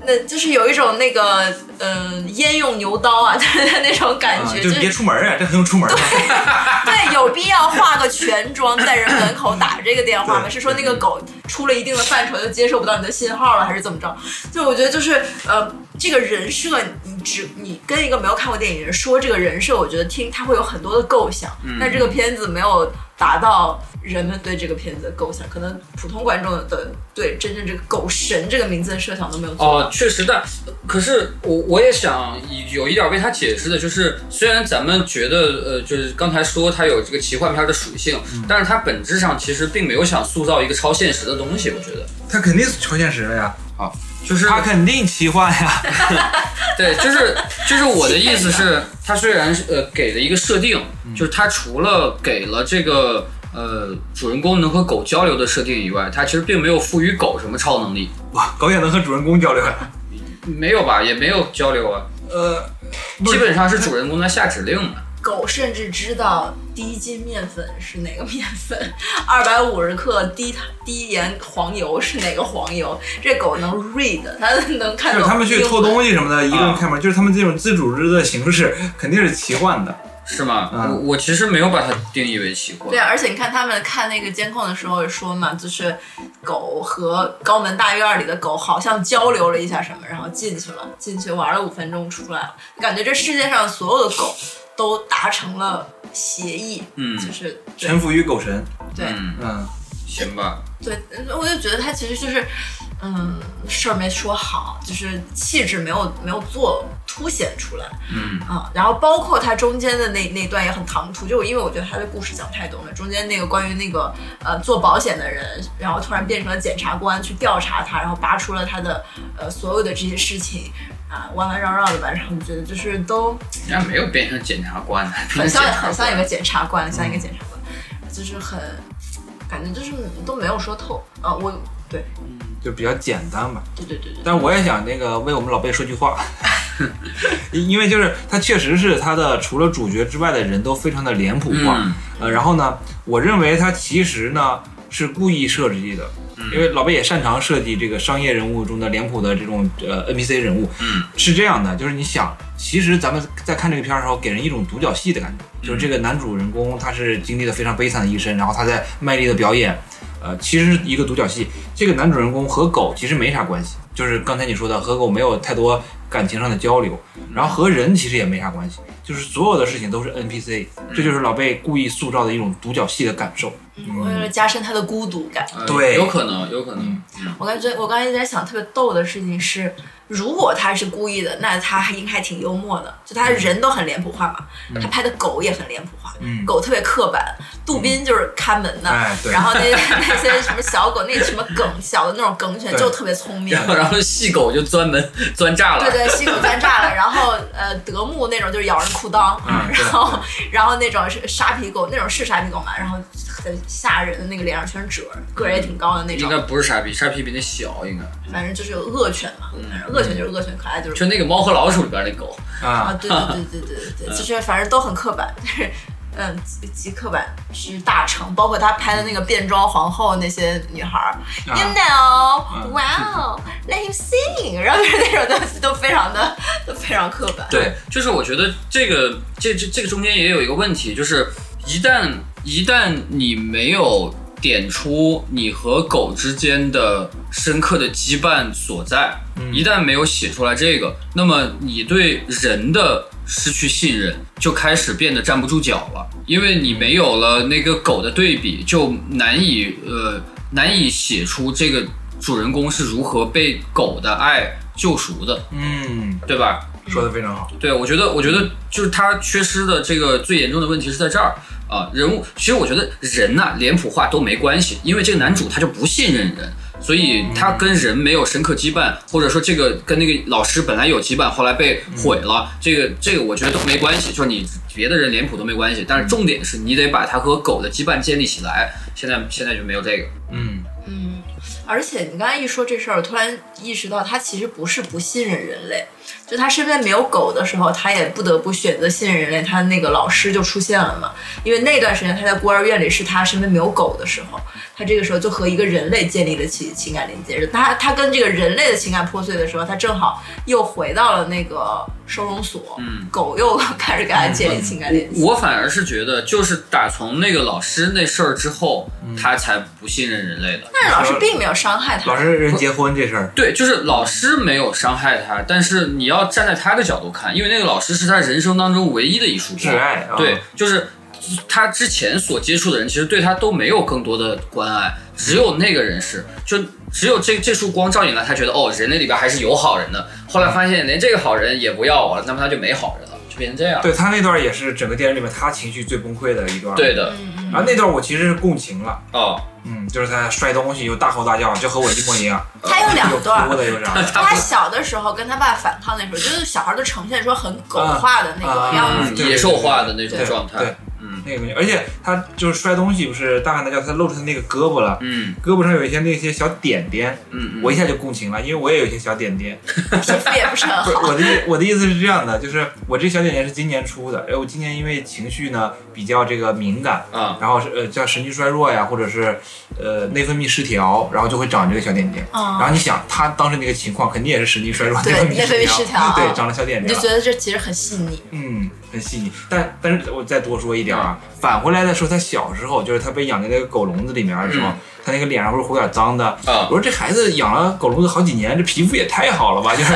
Speaker 4: 那就是有一种那个，嗯、烟用牛刀啊， 就是那种感
Speaker 3: 啊，
Speaker 4: 觉，
Speaker 3: 就是别出门啊，这很用出门啊。
Speaker 4: 对，有必要画个全妆在人门口打这个电话吗？是说那个狗出了一定的范畴就接收不到你的信号了，还是怎么着？就我觉得就是呃，这个人设，你只你跟一个没有看过电影的人说这个人设，我觉得听他会有很多的构想，
Speaker 3: 嗯
Speaker 4: 但这个片子没有达到人们对这个片子的构想，可能普通观众的对真正这个“狗神”这个名字的设想都没有做
Speaker 2: 哦
Speaker 4: 到，。
Speaker 2: 确实的，可是我我也想有一点为他解释的，就是虽然咱们觉得呃，就是刚才说它有这个奇幻片的属性，但是它本质上其实并没有想塑造一个超现实的东西，我觉得
Speaker 3: 他肯定是超现实的呀，
Speaker 2: 就是
Speaker 3: 他肯定奇幻呀。
Speaker 2: 对，就是就是我的意思是，它虽然是呃给了一个设定，就是它除了给了这个呃主人公能和狗交流的设定以外，它其实并没有赋予狗什么超能力，
Speaker 3: 哇，狗也能和主人公交流啊呀。
Speaker 2: 没有吧，也没有交流啊，
Speaker 3: 呃，不
Speaker 2: 基
Speaker 3: 是
Speaker 2: 本上是主人公在下指令嘛。
Speaker 4: 狗甚至知道低筋面粉是哪个面粉，二百五十克低糖低盐黄油是哪个黄油。这狗能 read，它能看
Speaker 3: 哎就
Speaker 4: 懂。
Speaker 3: 是他们去偷东西什么的，一个人
Speaker 2: 啊
Speaker 3: 开门，就是他们这种自组织的形式，肯定是奇幻的。
Speaker 2: 是吗？
Speaker 3: 嗯
Speaker 2: 我我其实没有把它定义为奇幻。
Speaker 4: 对，啊而且你看他们看那个监控的时候说嘛，就是狗和高门大院里的狗好像交流了一下什么，然后进去了，进去玩了五分钟出来了，感觉这世界上所有的狗都达成了协议，
Speaker 2: 嗯
Speaker 4: 就是对
Speaker 3: 臣服于狗神。
Speaker 4: 对。
Speaker 2: 嗯，
Speaker 3: 嗯，
Speaker 2: 行吧。
Speaker 4: 对，我就觉得他其实就是，嗯，事儿没说好，就是气质没有没有做凸显出来
Speaker 2: 嗯
Speaker 4: 啊。然后包括他中间的那那段也很唐突，就因为我觉得他的故事讲太多了，中间那个关于那个呃做保险的人，然后突然变成了检察官去调查他，然后扒出了他的呃所有的这些事情。啊，弯弯绕绕的吧，然后我觉得就是都
Speaker 2: 人家没有变成检察官呢，变成
Speaker 4: 很像
Speaker 2: 检察
Speaker 4: 很像一
Speaker 2: 官嗯
Speaker 4: 个检察官，像一个检察官，就是很感觉就是都没有说透啊。我对，
Speaker 3: 就比较简单吧。
Speaker 4: 对对对对，
Speaker 3: 但是我也想那个为我们老贝说句 话，因因为就是他确实是他的除了主角之外的人都非常的脸谱化。
Speaker 2: 嗯
Speaker 3: 呃，然后呢，我认为他其实呢是故意设计的。因为老贝也擅长设计这个商业人物中的脸谱的这种呃 NPC 人物，
Speaker 2: 嗯，
Speaker 3: 是这样的，就是你想，其实咱们在看这个片儿的时候，给人一种独角戏的感觉，就是这个男主人公他是经历了非常悲惨的一生，然后他在卖力的表演，呃，其实是一个独角戏。这个男主人公和狗其实没啥关系，就是刚才你说的和狗没有太多感情上的交流，然后和人其实也没啥关系，就是所有的事情都是 NPC，这就是老贝故意塑造的一种独角戏的感受。
Speaker 4: 为了加深他的孤独感。
Speaker 2: 呃
Speaker 3: 对嗯
Speaker 2: 有可能，有可能。嗯
Speaker 4: 我感觉我刚才一直在想特别逗的事情是，如果他是故意的，那他还应该挺幽默的。就他人都很脸谱化嘛，他拍的狗也很脸谱化，
Speaker 3: 嗯
Speaker 4: 狗特别刻板。杜宾就是看门的，
Speaker 3: 哎对
Speaker 4: 然后那那些什么小狗，那什么梗小的那种梗犬
Speaker 3: 对
Speaker 4: 就特别聪明。
Speaker 2: 然后，然后细狗就钻门钻栅
Speaker 4: 对
Speaker 2: 了。
Speaker 4: 对，西口钻栅了，然后呃，德牧那种就是咬人裤裆，
Speaker 3: 嗯对
Speaker 4: 然后然后那种是沙皮狗，那种是沙皮狗嘛，然后很吓人的那个脸上全是褶儿，个儿也挺高的那
Speaker 2: 应
Speaker 4: 种
Speaker 2: 该，不是沙皮，沙皮比那小，应该
Speaker 4: 反正就是有恶犬嘛，
Speaker 3: 嗯
Speaker 4: 反正恶犬就是恶犬，可爱就是
Speaker 2: 就那个猫和老鼠里边那狗。
Speaker 4: 啊，
Speaker 3: 啊，
Speaker 4: 对对对对对对，就是反正都很刻板，但是嗯极极刻板是大成，包括他拍的那个变装皇后那些女孩儿、
Speaker 3: 啊
Speaker 4: y o u know，
Speaker 3: 嗯
Speaker 4: 哇哦、l e t him sing，然后就是那种东西都非常的都非常刻板，
Speaker 2: 对，就是我觉得这个这这这个中间也有一个问题，就是一旦一旦你没有点出你和狗之间的深刻的羁绊所在，一旦没有写出来这个，那么你对人的失去信任就开始变得站不住脚了，因为你没有了那个狗的对比，就难以呃难以写出这个主人公是如何被狗的爱救赎的，
Speaker 3: 嗯，
Speaker 2: 对吧？
Speaker 3: 说的非常好，
Speaker 2: 对，我觉得，我觉得就是他缺失的这个最严重的问题是在这儿啊、人物其实我觉得人呐、脸谱化都没关系，因为这个男主他就不信任人，所以他跟人没有深刻羁绊，或者说这个跟那个老师本来有羁绊，后来被毁了，这个这个我觉得都没关系，就是你别的人脸谱都没关系，但是重点是你得把他和狗的羁绊建立起来，现在现在就没有这个，
Speaker 3: 嗯
Speaker 4: 嗯，而且你刚才一说这事儿，我突然意识到他其实不是不信任人类，就他身边没有狗的时候，他也不得不选择信任人类。他那个老师就出现了嘛，因为那段时间他在孤儿院里是他身边没有狗的时候，他这个时候就和一个人类建立了情情感连接。他他跟这个人类的情感破碎的时候，他正好又回到了那个收容所，
Speaker 2: 嗯
Speaker 4: 狗又开始跟他建立情感连接。
Speaker 2: 我反而是觉得就是打从那个老师那事儿之后，他才不信任人类的。
Speaker 4: 但是老师并没有伤害他
Speaker 3: 老，师人结婚这事儿，
Speaker 2: 对，就是老师没有伤害他，但是你要站在他的角度看，因为那个老师是他人生当中唯一的一束光
Speaker 3: 挚。爱啊，
Speaker 2: 对，，就是他之前所接触的人，其实对他都没有更多的关爱，只有那个人是，就只有这这束光照进来，他觉得哦，人类里边还是有好人的。后来发现连这个好人也不要我了，那么他就没好人了，就变成这样。
Speaker 3: 对他那段也是整个电影里面他情绪最崩溃的一段，
Speaker 2: 对，的，
Speaker 4: 嗯嗯
Speaker 3: 然后那段我其实是共情了，
Speaker 2: 哦，
Speaker 3: 嗯，就是他摔东西又大吼大叫，就和我一模一样，
Speaker 4: 他有两
Speaker 3: 又
Speaker 4: 段儿
Speaker 3: 哭。的又啥 的，
Speaker 2: 他
Speaker 4: 他
Speaker 2: 不
Speaker 4: 小的时候跟他爸反抗那时候，就是小孩都呈现出很狗化的那个样子。
Speaker 2: 嗯野兽化的那种
Speaker 3: 对
Speaker 2: 状态
Speaker 3: 对。，
Speaker 2: 嗯
Speaker 3: 那个，而且他就是摔东西，不是大喊大叫，他露出他那个胳膊了，
Speaker 2: 嗯
Speaker 3: 胳膊上有一些那些小点点，
Speaker 2: 嗯，
Speaker 3: 我一下就共情了，因为我也有一些小点点。
Speaker 4: 皮肤也不是很
Speaker 3: 不是
Speaker 4: 好。
Speaker 3: 我的 意我的意思是这样的，就是我这小点点是今年出的，哎，我今年因为情绪呢比较这个敏感，
Speaker 2: 啊，
Speaker 3: 然后是呃叫神经衰弱呀，或者是呃内分泌失调，然后就会长这个小点点。
Speaker 4: 嗯
Speaker 3: 然后你想他当时那个情况，肯定也是神经衰弱，
Speaker 4: 对内分泌失调
Speaker 3: 哦对
Speaker 4: 啊，
Speaker 3: 长了小点
Speaker 4: 你
Speaker 3: 点
Speaker 4: 就
Speaker 3: 了
Speaker 4: 觉。得这其实很细腻，
Speaker 3: 嗯，很细腻。但但是我再多说一点啊，返回来的时候，他小时候就是他被养在那个狗笼子里面的时候，
Speaker 2: 嗯
Speaker 3: 他那个脸上会有点脏的。
Speaker 2: 啊
Speaker 3: 我说这孩子养了狗笼子好几年，这皮肤也太好了吧？ 就是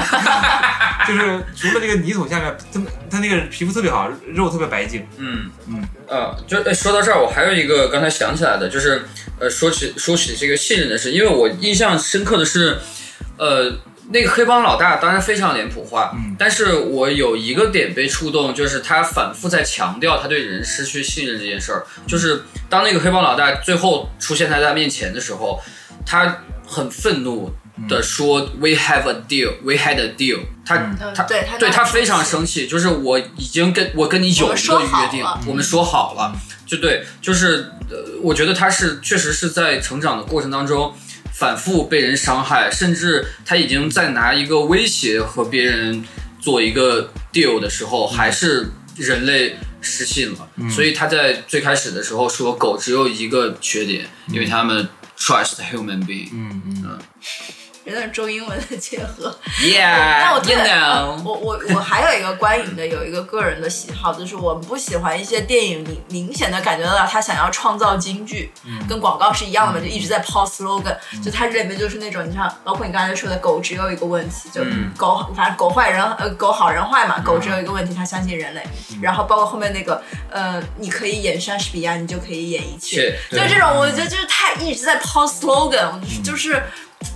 Speaker 3: 就是除了这个泥土下面，他他那个皮肤特别好，肉特别白净。
Speaker 2: 嗯
Speaker 3: 嗯
Speaker 2: 啊，就哎说到这儿，我还有一个刚才想起来的，就是呃，说起说起这个信任的事，因为我印象深刻的是，呃，那个黑帮老大当然非常脸谱化，
Speaker 3: 嗯
Speaker 2: 但是我有一个点被触动，就是他反复在强调他对人失去信任这件事儿，就是当那个黑帮老大最后出现在他面前的时候，他很愤怒
Speaker 3: 嗯
Speaker 2: 的说、w e have a deal，We had a deal”，他、
Speaker 4: 嗯
Speaker 2: 他，
Speaker 4: 对他
Speaker 2: 对他非常
Speaker 4: 生，
Speaker 2: 生气，就是我已经跟我跟你有一个约定，我们说好了，就对，就是呃，我觉得他是确实是在成长的过程当中反复被人伤害，甚至他已经在拿一个威胁和别人做一个 deal 的时候，还是人类失信了，所以他在最开始的时候说狗只有一个缺点，因为他们 trust human being，yeah，
Speaker 3: 嗯，
Speaker 4: 有点中英文的结合。但我
Speaker 2: you
Speaker 4: 特别，
Speaker 2: know，
Speaker 4: 我我我还有一个观影的有一个个人的喜好，就是我们不喜欢一些电影，你明显的感觉到他想要创造金句，跟广告是一样的，就一直在抛 slogan，就它这里面就是那种，你像包括你刚才说的，狗只有一个问题，就
Speaker 2: 嗯
Speaker 4: 狗反正狗坏人呃狗好人坏嘛，狗只有一个问题，它相信人类，然后包括后面那个呃，你可以演莎士比亚，你就可以演一切，就
Speaker 2: 切
Speaker 4: 这种，我觉得就是他一直在抛 slogan，就是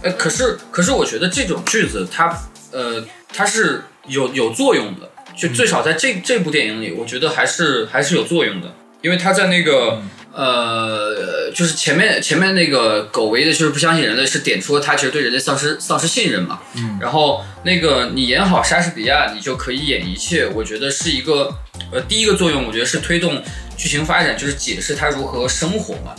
Speaker 2: 哎，可是可是，我觉得这种句子它呃它是有有作用的，就最少在这、这部电影里，我觉得还是还是有作用的，因为他在那个。呃，就是前面前面那个狗唯一的就是不相信人类，是点出了他其实对人类丧失丧失信任嘛。嗯。然后那个你演好莎士比亚，你就可以演一切。我觉得是一个呃第一个作用，我觉得是推动剧情发展，就是解释他如何生活嘛。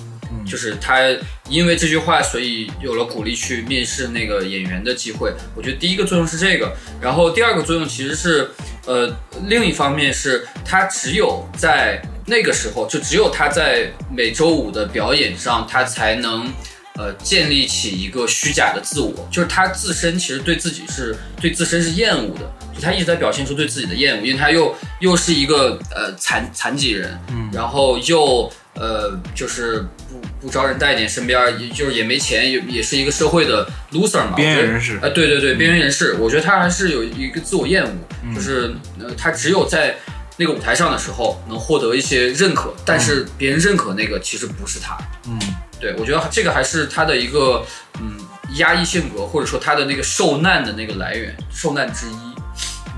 Speaker 2: 就是他因为这句话，所以有了鼓励去面试那个演员的机会。我觉得第一个作用是这个，然后第二个作用其实是，呃，另一方面是他只有在那个时候就只有他在每周五的表演上，他才能呃建立起一个虚假的自我，就是他自身其实对自己是对自身是厌恶的，就他一直在表现出对自己的厌恶，因为他又又是一个呃残残疾人，
Speaker 3: 嗯
Speaker 2: 然后又呃就是不不招人待见，身边也就是也没钱，也也是一个社会的 loser 嘛，
Speaker 3: 边
Speaker 2: 我觉
Speaker 3: 缘
Speaker 2: 得
Speaker 3: 人士
Speaker 2: 啊、，
Speaker 3: 嗯
Speaker 2: 对对对，边缘人士，我觉得他还是有一个自我厌恶，就是呃，他只有在那个舞台上的时候能获得一些认可，但是别人认可那个其实不是他。
Speaker 3: 嗯
Speaker 2: 对我觉得这个还是他的一个嗯压抑性格，或者说他的那个受难的那个来源，受难之一。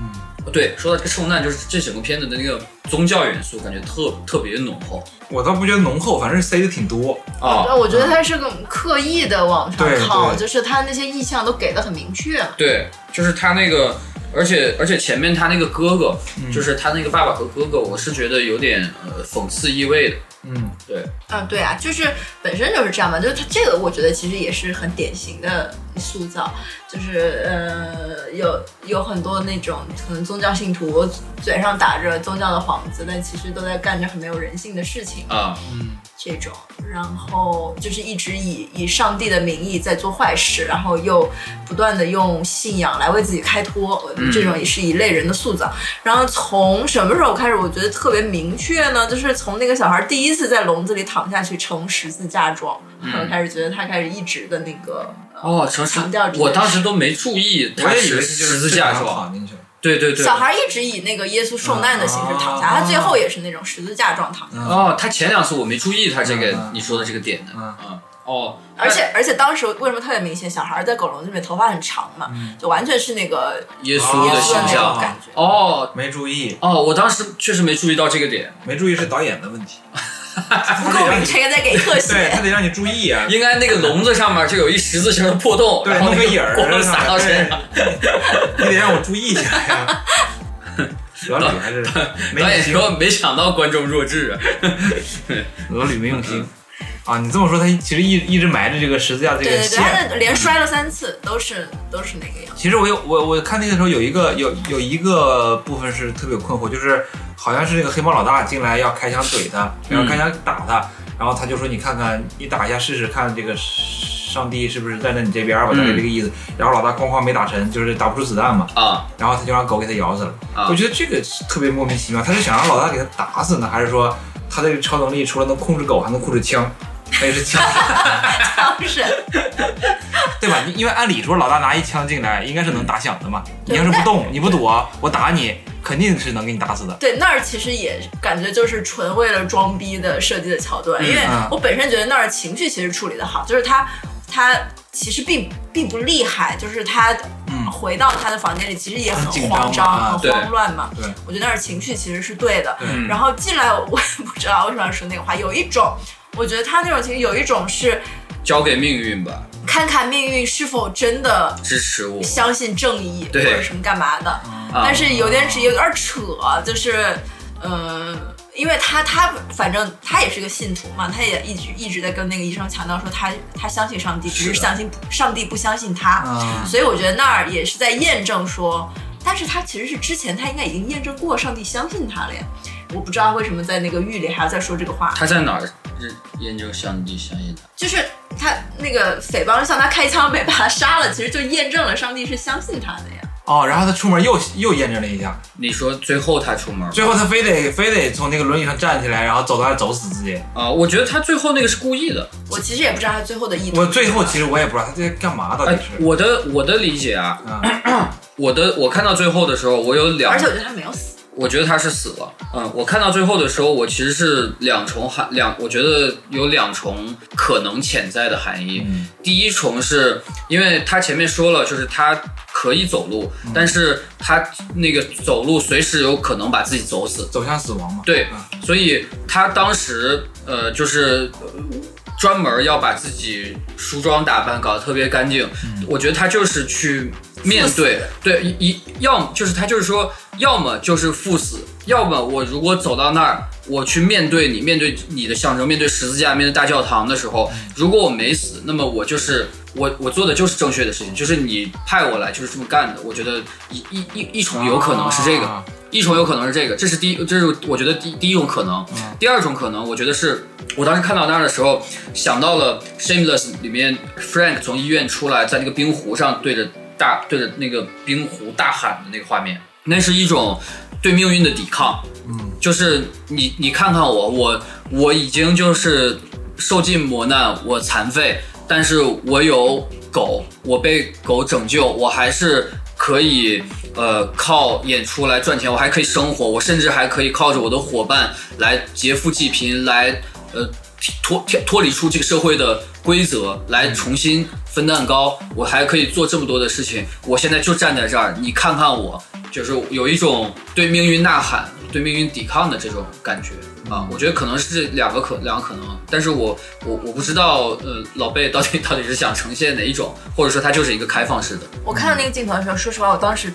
Speaker 3: 嗯，
Speaker 2: 对，说到这个受难，就是这整个片子的那个宗教元素，感觉特特别浓厚
Speaker 3: 我倒不觉得浓厚，反正塞的挺多。
Speaker 2: 啊。
Speaker 4: 我觉得他是个刻意的往上
Speaker 3: 对
Speaker 4: 靠，
Speaker 3: 对
Speaker 4: 就是他那些意向都给的很明确。
Speaker 2: 对，就是他那个，而且而且前面他那个哥哥，
Speaker 3: 嗯
Speaker 2: 就是他那个爸爸和哥哥，我是觉得有点呃讽刺意味的。
Speaker 3: 嗯，
Speaker 2: 对，
Speaker 4: 嗯，对啊，就是本身就是这样嘛，就是他这个，我觉得其实也是很典型的塑造，就是呃，有有很多那种可能宗教信徒嘴上打着宗教的幌子，但其实都在干着很没有人性的事情，
Speaker 2: 啊，
Speaker 3: 嗯
Speaker 4: 这种，然后就是一直以以上帝的名义在做坏事，然后又不断的用信仰来为自己开脱，呃
Speaker 2: 嗯
Speaker 4: 这种也是一类人的塑造。然后从什么时候开始，我觉得特别明确呢？就是从那个小孩第一次在笼子里躺下去成十字架状，
Speaker 2: 嗯
Speaker 4: 然后开始觉得他开始一直的那个
Speaker 2: 哦，城市
Speaker 4: 强调这，件
Speaker 2: 我当时都没注意，
Speaker 3: 我
Speaker 2: 他
Speaker 3: 也以
Speaker 2: 是
Speaker 3: 为是就
Speaker 2: 十
Speaker 3: 是
Speaker 2: 字架是
Speaker 3: 正常
Speaker 2: 吧？
Speaker 3: 躺进去了。
Speaker 2: 对对对。
Speaker 4: 小孩一直以那个耶稣受难的形式躺下，
Speaker 3: 啊
Speaker 4: 他最后也是那种十字架状躺下。
Speaker 2: 哦，他前两次我没注意他这个、
Speaker 3: 嗯嗯
Speaker 2: 你说的这个点的，
Speaker 3: 嗯
Speaker 2: 嗯，哦，
Speaker 4: 而且而且当时为什么特别明显？小孩在狗笼子里面头发很长嘛，
Speaker 2: 嗯
Speaker 4: 就完全是那个
Speaker 2: 耶
Speaker 4: 耶
Speaker 2: 稣的
Speaker 4: 稣
Speaker 2: 形
Speaker 4: 的那种
Speaker 2: 象，
Speaker 4: 感觉。
Speaker 2: 哦
Speaker 3: 没注意，
Speaker 2: 哦，我当时确实没注意到这个点，
Speaker 3: 没注意是导演 的问题，
Speaker 4: 不够明确，再给特
Speaker 3: 对
Speaker 4: 写
Speaker 3: 他。得让你注 意啊。
Speaker 2: 应该那个笼子上面就有一十字形的破洞，
Speaker 3: 对，
Speaker 2: 然后
Speaker 3: 弄
Speaker 2: 那
Speaker 3: 个影儿
Speaker 2: 光
Speaker 3: 啥
Speaker 2: 洒到
Speaker 3: 的
Speaker 2: 身上。
Speaker 3: 对你得让我注意一下 呀。老李还是没
Speaker 2: 导
Speaker 3: 用
Speaker 2: 演
Speaker 3: 心，
Speaker 2: 说没想到观众弱智啊，
Speaker 3: 老李没用心啊！你这么说，他其实一一直埋着这个十字架这
Speaker 4: 对
Speaker 3: 个
Speaker 4: 对对，
Speaker 3: 线。
Speaker 4: 他那连摔了三次，都是都是那个样。
Speaker 3: 其实我有我我看那个时候有一个有有一个部分是特别困惑，就是好像是那个黑猫老大进来要开枪怼他，然后开枪打他，然后他就说你看看你打一下试试看这个上帝是不是站在你这边吧，大概这个意思。然后老大哐哐没打成，就是打不出子弹嘛，
Speaker 2: 啊
Speaker 3: 然后他就让狗给他咬死了。
Speaker 2: 啊
Speaker 3: 我觉得这个是特别莫名其妙，他是想让老大给他打死呢，还是说他这个超能力除了能控制狗，还能控制枪？他也是枪手，
Speaker 4: 当时，
Speaker 3: 对吧？你因为按理说老大拿一枪进来，应该是能打响的嘛。你要是不动，你不躲，我打你，肯定是能给你打死的。
Speaker 4: 对那儿其实也感觉就是纯为了装逼的设计的桥段，因为
Speaker 3: 嗯
Speaker 4: 我本身觉得那儿情绪其实处理的好，就是他他其实并并不厉害，就是他
Speaker 3: 嗯
Speaker 4: 回到他的房间里其实也很
Speaker 3: 很紧
Speaker 4: 慌
Speaker 3: 张嘛
Speaker 4: 张、
Speaker 3: 啊
Speaker 4: 很慌乱嘛。
Speaker 3: 对对
Speaker 4: 我觉得那儿情绪其实是对的。
Speaker 2: 嗯
Speaker 3: 对
Speaker 4: 然后进来我也不知道为什么要说那个话，有一种我觉得他那种情绪有一种是
Speaker 2: 交给命运吧，
Speaker 4: 看看命运是否真的
Speaker 2: 支持我
Speaker 4: 相信正义或
Speaker 2: 对
Speaker 4: 者什么干嘛的，
Speaker 2: 啊
Speaker 4: 但是有点只有点扯，就是，嗯、因为他他反正他也是个信徒嘛，他也一直一直在跟那个医生强调说他他相信上帝，只是
Speaker 2: 是的
Speaker 4: 相信上帝不相信他，
Speaker 3: 啊，
Speaker 2: 嗯
Speaker 4: 所以我觉得那儿也是在验证说，但是他其实是之前他应该已经验证过上帝相信他了呀，我不知道他为什么在那个狱里还要再说这个话，
Speaker 2: 他在哪儿认研究上帝相信他？
Speaker 4: 就是他那个匪帮向他开枪被把他杀了，其实就验证了上帝是相信他的呀。
Speaker 3: 哦，然后他出门又又验证了一下，
Speaker 2: 你说最后他出门吗
Speaker 3: 最后他非得非得从那个轮椅上站起来，然后走到那儿走死自己。
Speaker 2: 啊、我觉得他最后那个是故意的。
Speaker 4: 我其实也不知道他最后的意图。
Speaker 3: 我最后其实我也不知道他这干嘛到
Speaker 2: 哎
Speaker 3: 底是。
Speaker 2: 我的我的理解啊，
Speaker 3: 啊，
Speaker 2: 我的我看到最后的时候，我有两
Speaker 4: 而且我觉得他没有死。
Speaker 2: 我觉得他是死了。嗯，我看到最后的时候，我其实是两重含两，我觉得有两重可能潜在的含义。
Speaker 3: 嗯
Speaker 2: 第一重是因为他前面说了，就是他可以走路，但是他那个走路随时有可能把自己走死。
Speaker 3: 走向死亡嘛。
Speaker 2: 对
Speaker 3: 啊，
Speaker 2: 所以他当时呃，就是呃专门要把自己梳妆打扮搞得特别干净。我觉得他就是去面对，对一一要么就是他就是说，要么就是赴死，要么我如果走到那儿，我去面对你，面对你的象征，面对十字架，面对大教堂的时候，如果我没死，那么我就是我我做的就是正确的事情，就是你派我来就是这么干的。我觉得一一一一重有可能是这个，
Speaker 3: 啊
Speaker 2: 一重有可能是这个，这是第一，这是我觉得第第一种可能。第二种可能，我觉得是我当时看到那儿的时候，想到了《Shameless》里面 Frank 从医院出来，在那个冰湖上对着大对着那个冰湖大喊的那个画面，那是一种对命运的抵抗。
Speaker 3: 嗯，
Speaker 2: 就是你你看看我，我我已经就是受尽磨难，我残废，但是我有狗，我被狗拯救，我还是可以呃靠演出来赚钱，我还可以生活，我甚至还可以靠着我的伙伴来劫富济贫，来呃脱脱脱离出这个社会的规则，来重新分蛋糕，我还可以做这么多的事情。我现在就站在这儿，你看看我，就是有一种对命运呐喊、对命运抵抗的这种感觉啊。我觉得可能是这两个可两个可能，啊但是我我我不知道，呃，老贝到底 到底是想呈现哪一种，或者说它就是一个开放式的。
Speaker 4: 我看到那个镜头的时候，说实话，我当时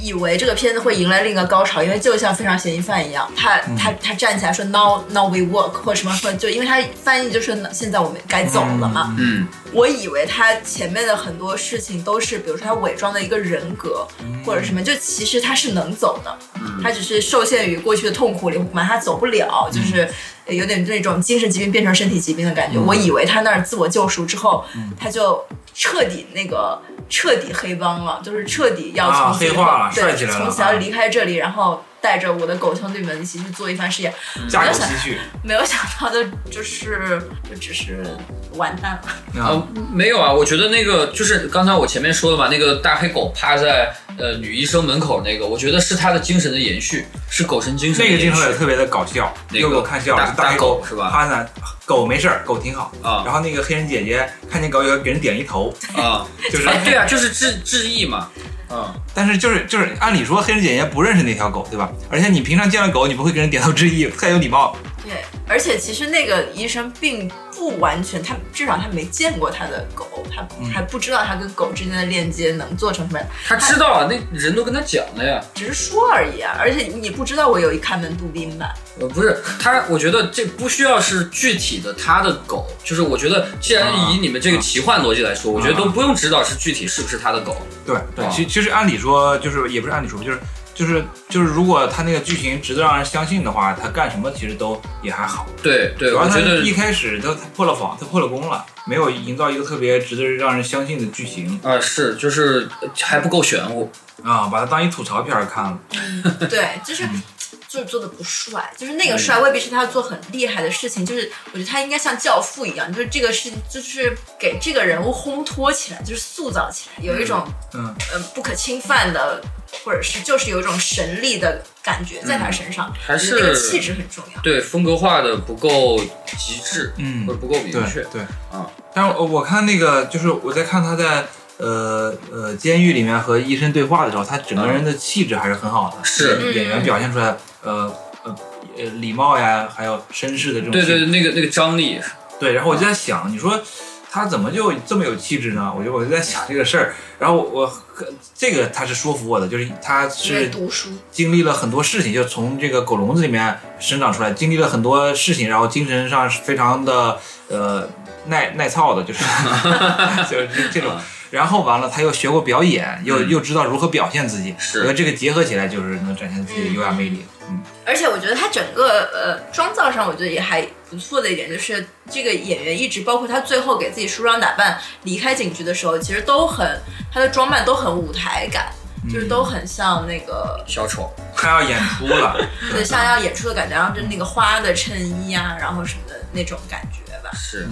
Speaker 4: 以为这个片子会迎来另一个高潮，因为就像《非常嫌疑犯》一样，他
Speaker 3: 嗯
Speaker 4: 他他站起来说 “Now now we work” 或什么说，就因为他翻译就是“现在我们该走了嘛”
Speaker 2: 嗯，
Speaker 4: 我以为他前面的很多事情都是，比如说他伪装的一个人格
Speaker 3: 嗯
Speaker 4: 或者什么，就其实他是能走的，
Speaker 2: 嗯
Speaker 4: 他只是受限于过去的痛苦里，嘛，他走不了，
Speaker 3: 嗯
Speaker 4: 就是有点那种精神疾病变成身体疾病的感
Speaker 3: 嗯
Speaker 4: 觉。我以为他那儿自我救赎之后，他就彻底那个彻底黑帮了，就是彻底要
Speaker 3: 啊
Speaker 4: 从此以
Speaker 3: 黑
Speaker 4: 后
Speaker 3: 化了帅
Speaker 4: 对，
Speaker 3: 起来了
Speaker 4: 从此要离开这里，然后带着我的狗兄弟们一起去做一番事业。
Speaker 3: 架构西去，
Speaker 4: 没有想到的就是，就只是完蛋了。
Speaker 2: 啊，没有啊，我觉得那个就是刚才我前面说的嘛，那个大黑狗趴在呃女医生门口那个，我觉得是他的精神的延续，是狗神精神
Speaker 3: 那
Speaker 2: 的
Speaker 3: 个
Speaker 2: 延续。
Speaker 3: 镜头也特别的搞笑，
Speaker 2: 哪个
Speaker 3: 又给我看笑
Speaker 2: 大
Speaker 3: 了。就黑
Speaker 2: 大狗
Speaker 3: 狗
Speaker 2: 是吧
Speaker 3: 趴那，狗没事儿，狗挺好
Speaker 2: 啊
Speaker 3: 然后那个黑人姐姐看见狗以后给人点一头，
Speaker 2: 啊，
Speaker 3: 就是
Speaker 2: 哎，对啊，就是致致意嘛。嗯，
Speaker 3: 但是就是就是，按理说黑人姐姐不认识那条狗，对吧？而且你平常见了狗，你不会给人点头致意，太有礼貌。
Speaker 4: 对，而且其实那个医生并不完全，他至少他没见过他的狗，他
Speaker 3: 嗯
Speaker 4: 还不知道他跟狗之间的链接能做成什么样，
Speaker 2: 他知道啊，那人都跟他讲了呀。
Speaker 4: 只是说而已啊。而且你不知道我有一看门杜宾吧？
Speaker 2: 呃，不是他，我觉得这不需要是具体的他的狗，就是我觉得，既然
Speaker 3: 啊
Speaker 2: 以你们这个奇幻逻辑来说，我觉得
Speaker 3: 啊
Speaker 2: 都不用知道是具体是不是他的狗。
Speaker 3: 对对
Speaker 2: 啊，
Speaker 3: 其其实按理说就是也不是按理说，就是就是就是，如果他那个剧情值得让人相信的话，他干什么其实都也还好。
Speaker 2: 对对，
Speaker 3: 主
Speaker 2: 我
Speaker 3: 要他
Speaker 2: 觉得
Speaker 3: 一开始他他破了防，他破了功了，没有营造一个特别值得让人相信的剧情
Speaker 2: 啊、是就是呃还不够玄乎。
Speaker 3: 啊，把它当一吐槽片儿看了。
Speaker 4: 对，就是。就是做的不帅，就是那个帅未必是他做很厉害的事情，就是我觉得他应该像教父一样，就是这个事就是给这个人物烘托起来，就是塑造起来，有一种
Speaker 3: 嗯，
Speaker 4: 嗯、不可侵犯的，或者是就是有一种神力的感觉在他身上，
Speaker 2: 还
Speaker 4: 我觉得那个
Speaker 2: 是
Speaker 4: 气质很重要。
Speaker 2: 对风格化的不够极致，
Speaker 3: 嗯
Speaker 2: 或者不够明
Speaker 3: 对
Speaker 2: 确。
Speaker 3: 对
Speaker 2: 啊。
Speaker 3: 但是我我看那个，就是我在看他在呃呃监狱里面和医生对话的时候，他整个人的气质还是很好的，
Speaker 2: 是
Speaker 3: 演演员表现出来，呃呃呃礼貌呀，还有绅士的这种气
Speaker 2: 对
Speaker 3: 质。
Speaker 2: 对对，那个那个张力，
Speaker 3: 对，然后我就在想，你说他怎么就这么有气质呢？我就我就在想这个事儿，然后我我这个他是说服我的，就是他
Speaker 4: 因为
Speaker 3: 是
Speaker 4: 读书，
Speaker 3: 经历了很多事情，就从这个狗笼子里面生长出来，经历了很多事情，然后精神上是非常的呃耐耐操的，就是 就是这这 种。然后完了，他又学过表演，又、
Speaker 2: 嗯
Speaker 3: 又知道如何表现自己，
Speaker 2: 是
Speaker 3: 我觉得这个结合起来就是能展现自己的优雅魅力。嗯，
Speaker 4: 而且我觉得他整个呃妆造上，我觉得也还不错的一点，就是这个演员一直，包括他最后给自己梳妆打扮离开警局的时候，其实都很他的装扮都很舞台感，就是都很像那个
Speaker 2: 小丑。
Speaker 3: 他要演出 了，
Speaker 4: 对像要演出的感觉，然后就那个花的衬衣啊，然后什么的那种感觉吧。
Speaker 2: 是，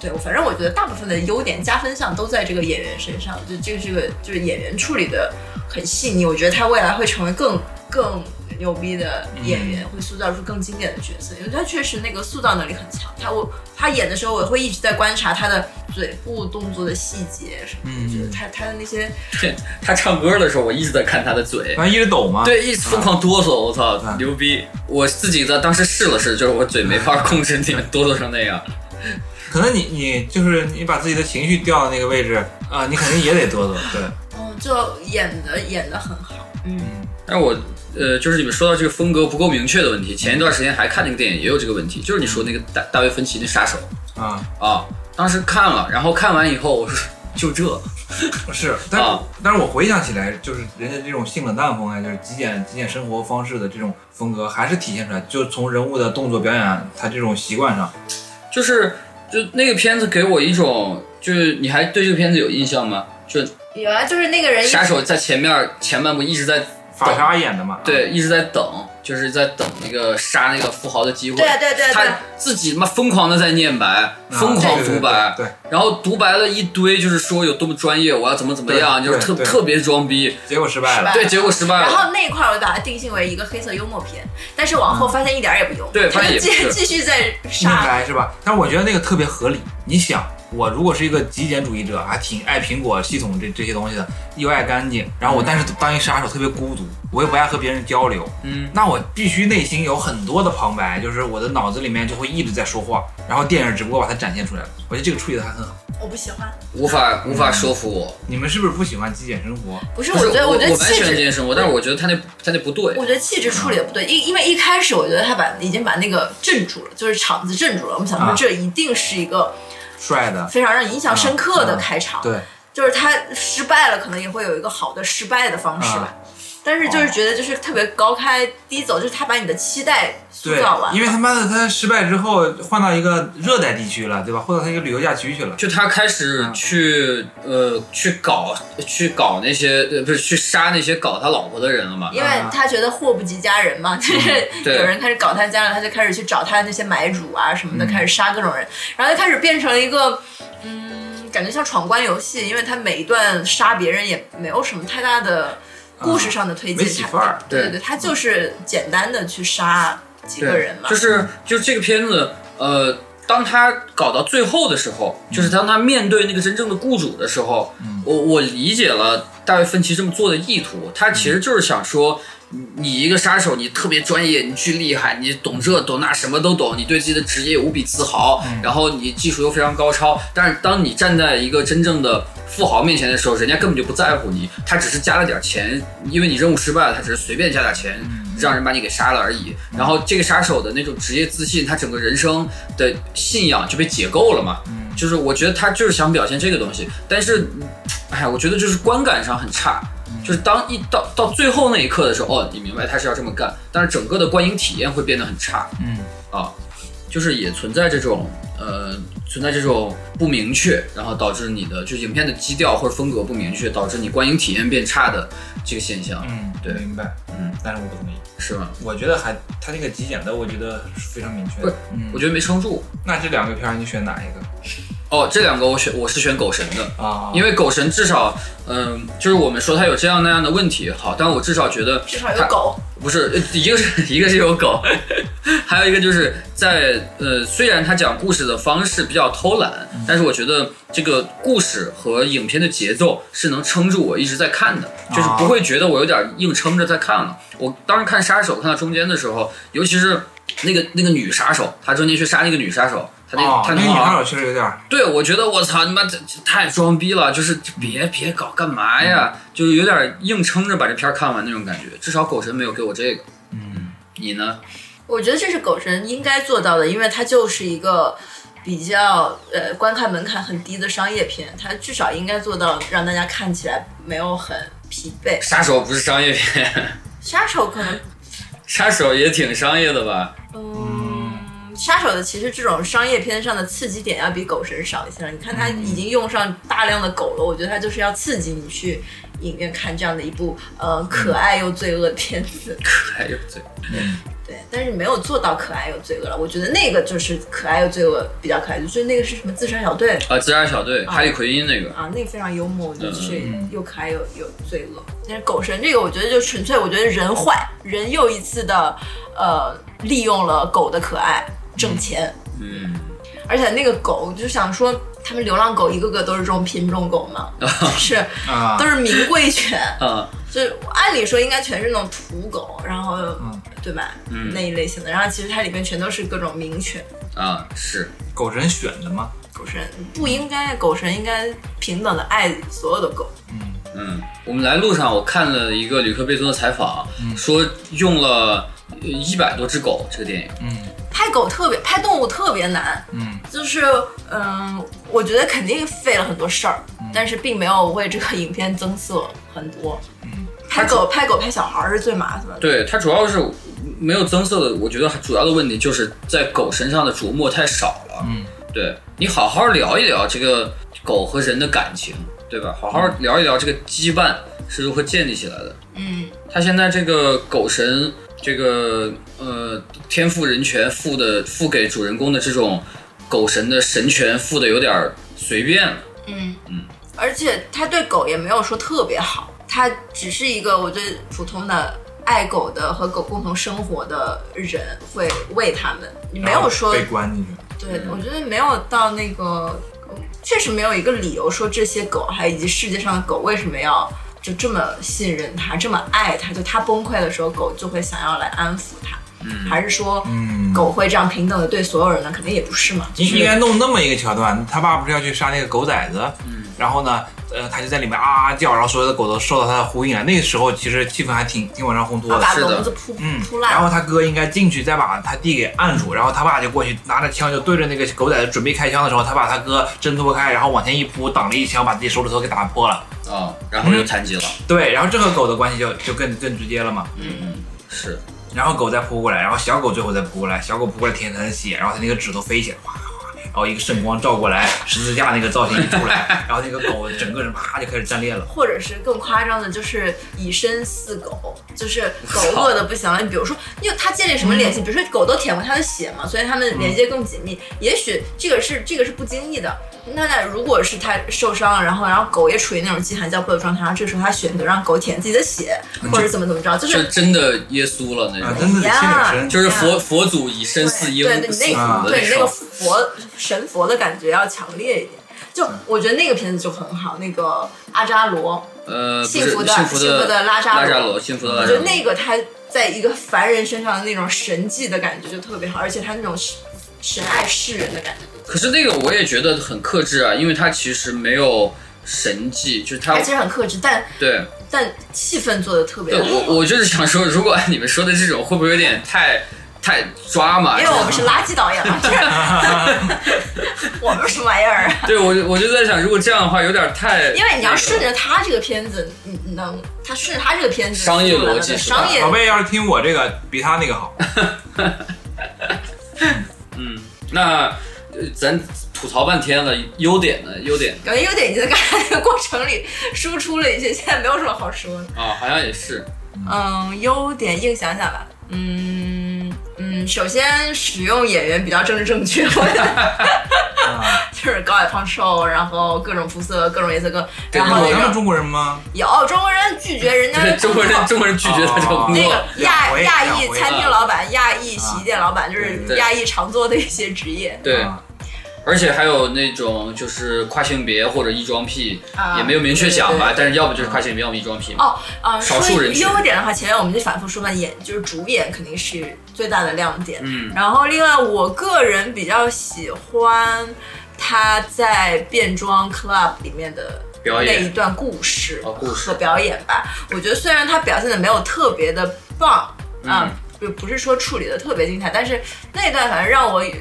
Speaker 4: 对，我反正我觉得大部分的优点加分项都在这个演员身上，就这个这个就是演员处理的很细腻，我觉得他未来会成为更更牛逼的演员，
Speaker 2: 嗯
Speaker 4: 会塑造出更经典的角色，因为他确实那个塑造能力很强。他我他演的时候，我会一直在观察他的嘴部动作的细节什么的，
Speaker 3: 嗯
Speaker 4: 就是他他的那些
Speaker 2: 对他唱歌的时候，我一直在看他的嘴。
Speaker 3: 反正一直抖嘛。
Speaker 2: 对，一直疯狂哆嗦，我操，
Speaker 3: 嗯
Speaker 2: 牛逼！我自己在当时试了试，就是我嘴没法控
Speaker 3: 啊
Speaker 2: 制你们哆嗦成那样。
Speaker 3: 可能你你就是你把自己的情绪调到那个位置啊、你肯定也得哆嗦。对，
Speaker 4: 嗯，就演的演的很好，嗯。
Speaker 2: 但是我呃，就是你们说到这个风格不够明确的问题，前一段时间还看那个电影，也有这个问题，就是你说那个大大卫芬奇那杀手
Speaker 3: 啊
Speaker 2: 啊，当时看了，然后看完以后，我说就这，
Speaker 3: 是，但是、
Speaker 2: 啊
Speaker 3: 但是我回想起来，就是人家这种性冷淡风啊，就是极简极简生活方式的这种风格，还是体现出来，就从人物的动作表演，啊他这种习惯上，
Speaker 2: 就是就那个片子给我一种，就是你还对这个片子有印象吗？就
Speaker 4: 原来就是那个人一
Speaker 2: 杀手在前面前半部一直在
Speaker 3: 法沙演的嘛，啊
Speaker 2: 对，一直在等，就是在等那个杀那个富豪的机会。
Speaker 4: 对对对对
Speaker 2: 他自己他妈疯狂的在念白，
Speaker 3: 啊，
Speaker 2: 疯狂
Speaker 3: 对对
Speaker 2: 独
Speaker 3: 对
Speaker 2: 白，
Speaker 3: 对，
Speaker 2: 然后独白了一堆，就是说有多么专业，我要怎么怎么样，就
Speaker 3: 对
Speaker 2: 是特
Speaker 3: 对对
Speaker 2: 特别装逼，
Speaker 3: 对结果失败了
Speaker 4: 失败，
Speaker 2: 对，结果失败
Speaker 4: 然
Speaker 2: 了。
Speaker 4: 后那一块儿我就把它定性为一个黑色幽默片，但是往后发现一点儿也不幽
Speaker 2: 嗯
Speaker 4: 默，
Speaker 2: 对
Speaker 4: 他
Speaker 2: 发现
Speaker 4: 就
Speaker 2: 也
Speaker 4: 继
Speaker 2: 不是
Speaker 4: 继续在
Speaker 3: 念
Speaker 4: 杀，
Speaker 3: 白是吧？但我觉得那个特别合理。你想，我如果是一个极简主义者，还挺爱苹果系统这这些东西的，又爱干净，然后我但是当一杀手特别孤独，我也不爱和别人交流，
Speaker 2: 嗯，
Speaker 3: 那我必须内心有很多的旁白，就是我的脑子里面就会一直在说话，然后电影只不过把它展现出来了。我觉得这个处理的还很好。
Speaker 4: 我不喜欢，
Speaker 2: 无法
Speaker 3: 嗯
Speaker 2: 无法说服我。
Speaker 3: 你们是不是不喜欢极简生活？
Speaker 4: 不是，
Speaker 2: 不是
Speaker 4: 觉得
Speaker 2: 我
Speaker 4: 觉得
Speaker 2: 我蛮
Speaker 4: 气
Speaker 2: 喜欢这
Speaker 4: 质，
Speaker 2: 件生活，但是我觉得他那他那不对。
Speaker 4: 我觉得气质处理的不对，因因为一开始我觉得他把已经把那个镇住了，就是场子镇住了，我们想说
Speaker 3: 啊
Speaker 4: 这一定是一个
Speaker 3: 帅的，
Speaker 4: 非常让人印象深刻的
Speaker 3: 啊
Speaker 4: 开场，
Speaker 3: 对，
Speaker 4: 就是他失败了，可能也会有一个好的失败的方式吧。
Speaker 3: 嗯
Speaker 4: 但是
Speaker 3: 哦
Speaker 4: 就是觉得就是特别高开低走，就是他把你的期待塑
Speaker 3: 对
Speaker 4: 造完，了，
Speaker 3: 因为他妈的他失败之后换到一个热带地区了，对吧？换到他一个旅游假区去了。
Speaker 2: 就他开始去、呃去搞去搞那些呃不是去杀那些搞他老婆的人了嘛？
Speaker 4: 因为
Speaker 3: 啊
Speaker 4: 他觉得祸不及家人嘛，
Speaker 3: 嗯
Speaker 4: 就是
Speaker 2: 对
Speaker 4: 有人开始搞他家了，他就开始去找他那些买主啊什么的，
Speaker 3: 嗯
Speaker 4: 开始杀各种人，然后就开始变成了一个，嗯，感觉像闯关游戏，因为他每一段杀别人也没有什么太大的故事上的推
Speaker 3: 啊没
Speaker 4: 进，
Speaker 3: 起
Speaker 4: 他
Speaker 3: 范儿
Speaker 4: 对
Speaker 2: 对
Speaker 4: 对，他就是简单的去杀几个人嘛，
Speaker 2: 就是就是这个片子，呃，当他搞到最后的时候，就是当他面对那个真正的雇主的时候，
Speaker 3: 嗯
Speaker 2: 我我理解了大卫芬奇这么做的意图，他其实就是想说。你你一个杀手，你特别专业，你巨厉害，你懂这懂那，什么都懂，你对自己的职业无比自豪，然后你技术又非常高超。但是当你站在一个真正的富豪面前的时候，人家根本就不在乎你，他只是加了点钱，因为你任务失败了，他只是随便加点钱，让人把你给杀了而已。然后这个杀手的那种职业自信，他整个人生的信仰就被解构了嘛。就是我觉得他就是想表现这个东西，但是，嗯哎呀，我觉得就是观感上很差。就是当一到到最后那一刻的时候，哦，你明白他是要这么干，但是整个的观影体验会变得很差
Speaker 3: 嗯，
Speaker 2: 啊，就是也存在这种呃存在这种不明确，然后导致你的就是影片的基调或者风格不明确，导致你观影体验变差的这个现象，
Speaker 3: 嗯，
Speaker 2: 对
Speaker 3: 明白。
Speaker 2: 嗯，
Speaker 3: 但是我不同意。
Speaker 2: 是吗？
Speaker 3: 我觉得还他那个极简的，我觉得是非常明确
Speaker 2: 不是
Speaker 3: 的。嗯
Speaker 2: 我觉得没撑住。
Speaker 3: 那这两个片儿你选哪一个
Speaker 2: 哦，这两个我选我是选狗神的，
Speaker 3: 啊
Speaker 2: 因
Speaker 3: 为
Speaker 2: 为狗神至少，嗯，就是我们说他有这样那样的问题，好，但我至少觉得
Speaker 4: 至少
Speaker 2: 他
Speaker 4: 有狗，
Speaker 2: 不是，呃一个是一个是有狗， 还有一个就是在呃，虽然他讲故事的方式比较偷懒，但是我觉得这个故事和影片的节奏是能撑住我一直在看的，就是不
Speaker 3: 啊
Speaker 2: 会觉得我有点硬撑着在看了。我当时看杀手看到中间的时候，尤其是那个那个女杀手，她中间去杀那个女杀手，她那个、啊
Speaker 3: 哦，
Speaker 2: 她
Speaker 3: 那个
Speaker 2: 那
Speaker 3: 女
Speaker 2: 个
Speaker 3: 杀手确实有点儿，
Speaker 2: 对，我觉得我操你妈这这太装逼了，就是别别搞干嘛呀，就是有点硬撑着把这片儿看完那种感觉。至少狗神没有给我这个，
Speaker 3: 嗯，
Speaker 2: 你呢？
Speaker 4: 我觉得这是狗神应该做到的，因为它就是一个比较呃观看门槛很低的商业片，它至少应该做到让大家看起来没有很疲惫。
Speaker 2: 杀手不是商业片，
Speaker 4: 杀手可能，
Speaker 2: 杀手也挺商业的吧？
Speaker 4: 嗯，杀手的其实这种商业片上的刺激点要比狗神少一些了。你看它已经用上大量的狗了，我觉得它就是要刺激你去影院看这样的一部呃可爱又罪恶的片子。
Speaker 2: 哎呦，对，
Speaker 4: 对，但是没有做到可爱又罪恶了。我觉得那个就是可爱又罪恶比较可爱，就是那个是什么自杀小队。
Speaker 2: 啊，自杀小队，哈利奎因那个，
Speaker 4: 啊，那个非常幽默，我觉得就是
Speaker 3: 嗯
Speaker 4: 又可爱又又罪恶。但是狗神这个，我觉得就纯粹，我觉得人坏，人又一次的呃利用了狗的可爱挣钱，
Speaker 2: 嗯，
Speaker 4: 而且那个狗就想说，他们流浪狗一个个都是这种品种狗 嘛，就是
Speaker 3: 啊
Speaker 4: 都是名贵犬，
Speaker 2: 啊，
Speaker 4: 就是按理说应该全是那种土狗，然后、对吧，
Speaker 2: 嗯
Speaker 4: 那一类型的。然后其实它里面全都是各种名犬。
Speaker 2: 啊，是，
Speaker 3: 狗神选的吗？
Speaker 4: 狗神不应该，狗神应该平等的爱所有的狗。
Speaker 2: 嗯，我们来路上我看了一个吕克贝松的采访，说用了一百多只狗这个电影，
Speaker 3: 嗯
Speaker 4: 拍狗特别，拍动物特别难，
Speaker 3: 嗯
Speaker 4: 就是嗯，我觉得肯定费了很多事儿，但是并没有为这个影片增色很多。拍狗拍狗拍小孩儿是最麻烦的。
Speaker 2: 嗯对，它主要是没有增色的，我觉得主要的问题就是在狗身上的琢磨太少了。
Speaker 3: 嗯，
Speaker 2: 对你好好聊一聊这个狗和人的感情，对吧？好好聊一聊这个羁绊是如何建立起来的。
Speaker 4: 嗯，
Speaker 2: 他现在这个狗神，这个呃天赋人权赋的赋给主人公的这种狗神的神权赋的有点儿随便了。
Speaker 4: 嗯
Speaker 2: 嗯，
Speaker 4: 而且他对狗也没有说特别好，他只是一个我觉得普通的爱狗的和狗共同生活的人会喂它们，你没有说
Speaker 3: 被关进去。
Speaker 4: 对，我觉得没有到那个，确实没有一个理由说这些狗还以及世界上的狗为什么要就这么信任它，这么爱它，就它崩溃的时候，狗就会想要来安抚它，
Speaker 2: 嗯，
Speaker 4: 还是说
Speaker 3: 嗯，
Speaker 4: 狗会这样平等的对所有人呢？肯定也不是嘛，就
Speaker 3: 应
Speaker 4: 是
Speaker 3: 该弄那么一个桥段，他爸不是要去杀那个狗崽子，
Speaker 2: 嗯
Speaker 3: 然后呢，呃，他就在里面啊啊叫，然后所有的狗都受到他的呼应了。那个时候其实气氛还挺挺往上烘托的，
Speaker 4: 把
Speaker 2: 是的
Speaker 4: 笼子铺
Speaker 3: 嗯
Speaker 4: 铺，
Speaker 3: 然
Speaker 4: 烂
Speaker 3: 后
Speaker 4: 了。
Speaker 3: 他哥应该进去再把他弟给按住，然后他爸就过去拿着枪就对着那个狗崽子准备开枪的时候，他把他哥挣脱开，然后往前一扑，挡了一枪，把自己手指头给打破了。
Speaker 2: 啊、然后就残疾了。
Speaker 3: 对，然后这和狗的关系就就更更直接了嘛。
Speaker 2: 嗯，是。
Speaker 3: 然后狗再扑过来，然后小狗最后再扑过来，小狗扑过来舔它的血，然后它那个指头飞起来，哗哗，然后一个圣光照过来，十字架那个造型一出来，然后那个狗整个人啪就开始站裂了。
Speaker 4: 或者是更夸张的，就是以身饲狗， 就是狗饿的不行了。你比如说，因为它建立什么联系？比如说狗都舔过它的血嘛，所以它们连接更紧密。也许这个是这个是不经意的。那那如果是它受伤，然后然后狗也处于那种饥寒交迫的状态，然后这时候它选择让狗舔自己的血，
Speaker 2: 嗯
Speaker 4: 或者怎么怎么着，就是
Speaker 2: 是真真的耶稣了那
Speaker 3: 啊，
Speaker 2: 种，
Speaker 3: 真的是亲
Speaker 4: 呀
Speaker 3: 眼身，
Speaker 2: 就是佛佛祖以身
Speaker 4: 啊对
Speaker 2: 饲鹰，
Speaker 4: 对
Speaker 2: 饲
Speaker 4: 对，你
Speaker 2: 虎
Speaker 4: 那
Speaker 2: 的
Speaker 4: 个对你那
Speaker 2: 种
Speaker 4: 个佛神佛的感觉要强烈一点。就
Speaker 2: 嗯
Speaker 4: 我觉得那个片子就很好，那个阿扎罗，
Speaker 2: 呃，不
Speaker 4: 幸
Speaker 2: 是
Speaker 4: 福的
Speaker 2: 幸福
Speaker 4: 幸福的拉扎
Speaker 2: 扎
Speaker 4: 罗
Speaker 2: 罗，幸福的拉
Speaker 4: 我
Speaker 2: 扎
Speaker 4: 觉得
Speaker 2: 罗，
Speaker 4: 那个他在一个凡人身上的那种神迹的感觉就特别好，而且他那种神神爱世人的感觉，
Speaker 2: 可是那个我也觉得很克制啊，因为它其实没有神迹，就是它
Speaker 4: 而且很克制，但
Speaker 2: 对
Speaker 4: 但气氛做的特别
Speaker 2: 对，
Speaker 4: 好。
Speaker 2: 我我就是想说，如果按你们说的这种，会不会有点太太抓马？
Speaker 4: 因为我们是垃圾导 演嘛，就是我们什么玩意儿啊？
Speaker 2: 对我就我就在想，如果这样的话，有点太
Speaker 4: 因为你要顺
Speaker 2: 那个
Speaker 4: 着他这个片子，你你能他顺着他这个片子
Speaker 2: 商业
Speaker 4: 做了
Speaker 2: 逻辑
Speaker 4: 对
Speaker 2: 是吧
Speaker 4: 商业
Speaker 3: 宝贝要是听我这个，比他那个好。
Speaker 2: 嗯，那呃咱吐槽半天了，优点呢？优点
Speaker 4: 感觉有点已经在刚才那个过程里输出了一些，现在没有什么好说的。
Speaker 2: 啊，好像也是，
Speaker 4: 嗯，优点硬想想吧。嗯嗯，首先使用演员比较政治正确，我觉得
Speaker 3: 啊，
Speaker 4: 就是高矮胖瘦，然后各种肤色、各种颜色、各
Speaker 2: 对
Speaker 4: 然后
Speaker 3: 有
Speaker 4: 那
Speaker 3: 那么
Speaker 4: 种
Speaker 3: 中国人吗？
Speaker 4: 有中国人拒绝人家
Speaker 2: 对
Speaker 4: 的
Speaker 2: 中国人中国人拒绝他这个工
Speaker 4: 那
Speaker 2: 作。
Speaker 4: 个
Speaker 3: 两
Speaker 4: 亚
Speaker 3: 回
Speaker 4: 亚
Speaker 3: 两
Speaker 4: 裔
Speaker 3: 回
Speaker 4: 餐厅
Speaker 2: 啊
Speaker 4: 老板、亚裔洗衣店老板，就
Speaker 3: 对
Speaker 4: 是
Speaker 3: 对
Speaker 2: 对
Speaker 4: 亚裔常做的一些职业
Speaker 2: 对，
Speaker 3: 啊
Speaker 2: 而且还有那种就是跨性别或者异装癖，
Speaker 4: 啊，
Speaker 2: 也没有明确
Speaker 4: 对
Speaker 2: 讲吧，。
Speaker 4: 对对
Speaker 2: 但是要不就是跨性别，要么异装癖。
Speaker 4: 哦，啊，
Speaker 2: 少
Speaker 4: 说
Speaker 2: 数人群
Speaker 4: 优点的话，前面我们就反复说嘛，演就是主演肯定是最大的亮点，
Speaker 2: 嗯，
Speaker 4: 然后另外，我个人比较喜欢他在变装 club 里面的
Speaker 2: 表
Speaker 4: 那
Speaker 2: 演
Speaker 4: 一段故事
Speaker 2: 哦故事
Speaker 4: 和表演吧。我觉得虽然他表现的没有特别的棒
Speaker 2: 嗯
Speaker 4: 啊，就不是说处理的特别精彩，但是那一段反正让我呃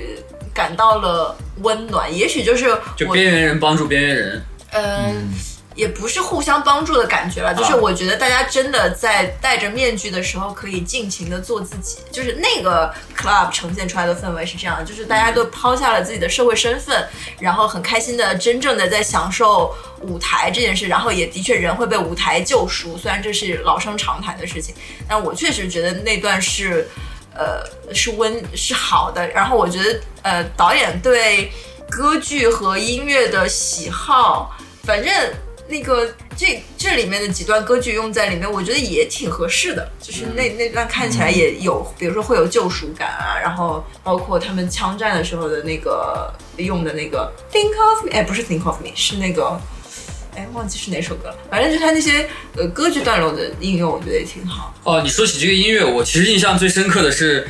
Speaker 4: 感到了温暖。也许就是
Speaker 2: 就
Speaker 4: 我
Speaker 2: 边缘人帮助边缘人，
Speaker 4: 嗯，也不是互相帮助的感觉了，就是我觉得大家真的在戴着面具的时候，可以尽情的做自己。就是那个 club 呈现出来的氛围是这样的，就是大家都抛下了自己的社会身份，然后很开心的、真正的在享受舞台这件事，然后也的确人会被舞台救赎，虽然这是老生常谈的事情，但我确实觉得那段是。呃，是温是好的，然后我觉得，呃，导演对歌剧和音乐的喜好，反正那个这这里面的几段歌剧用在里面，我觉得也挺合适的。就是那那段看起来也有，比如说会有救赎感啊，然后包括他们枪战的时候的那个用的那个 Think of Me，哎，不是 Think of Me，是那个。哎，忘记是哪首歌了，反正就他那些呃歌剧段落的应用，我觉得也挺好。
Speaker 2: 哦，你说起这个音乐，我其实印象最深刻的是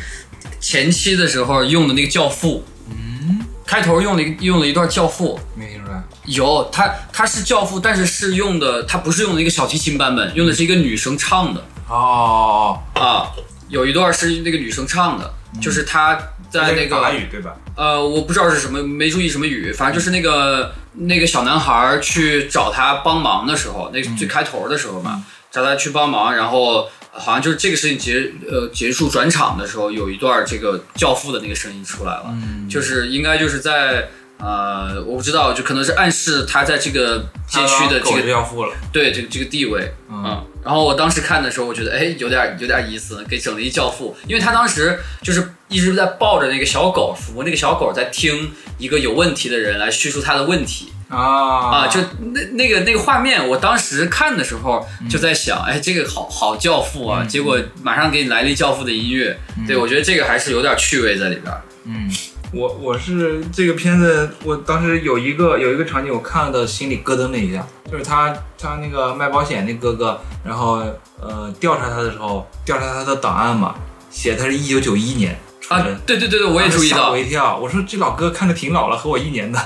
Speaker 2: 前期的时候用的那个《教父》，嗯，开头用了一用了一段《教父》，
Speaker 3: 没听出来。
Speaker 2: 有它它是《教父》，但是是用的它不是用的一个小提琴版本，用的是一个女生唱的
Speaker 3: 哦，
Speaker 2: 啊，有一段是那个女生唱的，就是她在那
Speaker 3: 法
Speaker 2: 个
Speaker 3: 语对吧？
Speaker 2: 呃，我不知道是什么，没注意什么语，反正就是那个那个小男孩儿去找他帮忙的时候，那最开头的时候嘛，找他去帮忙，然后好像就是这个事情结呃结束转场的时候，有一段这个教父的那个声音出来了，
Speaker 3: 嗯
Speaker 2: 就是应该就是在呃，我不知道，就可能是暗示他在这个街区的这
Speaker 3: 狗
Speaker 2: 个
Speaker 3: 就啊要付了，
Speaker 2: 对这个这个地位，
Speaker 3: 嗯
Speaker 2: 嗯，然后我当时看的时候，我觉得哎，有点有点意思，给整了一教父，因为他当时就是一直在抱着那个小狗，抚摸那个小狗，在听一个有问题的人来叙述他的问题
Speaker 3: 啊
Speaker 2: 啊，就那那个那个画面，我当时看的时候就在想，哎，这个好好教父啊，
Speaker 3: 嗯
Speaker 2: 结果马上给你来了一教父的音乐，对我觉得这个还是有点趣味在里边儿，
Speaker 3: 嗯，我我是这个片子，我当时有一个有一个场景，我看的心里咯噔了一下，就是他他那个卖保险那哥哥，然后呃调查他的时候，调查他的档案嘛，写他是一九九一年出
Speaker 2: 啊
Speaker 3: 生，，
Speaker 2: 对对对对，我也注意
Speaker 3: 吓
Speaker 2: 到
Speaker 3: 我，一跳，我说这老哥看着挺老了，和我一 年的，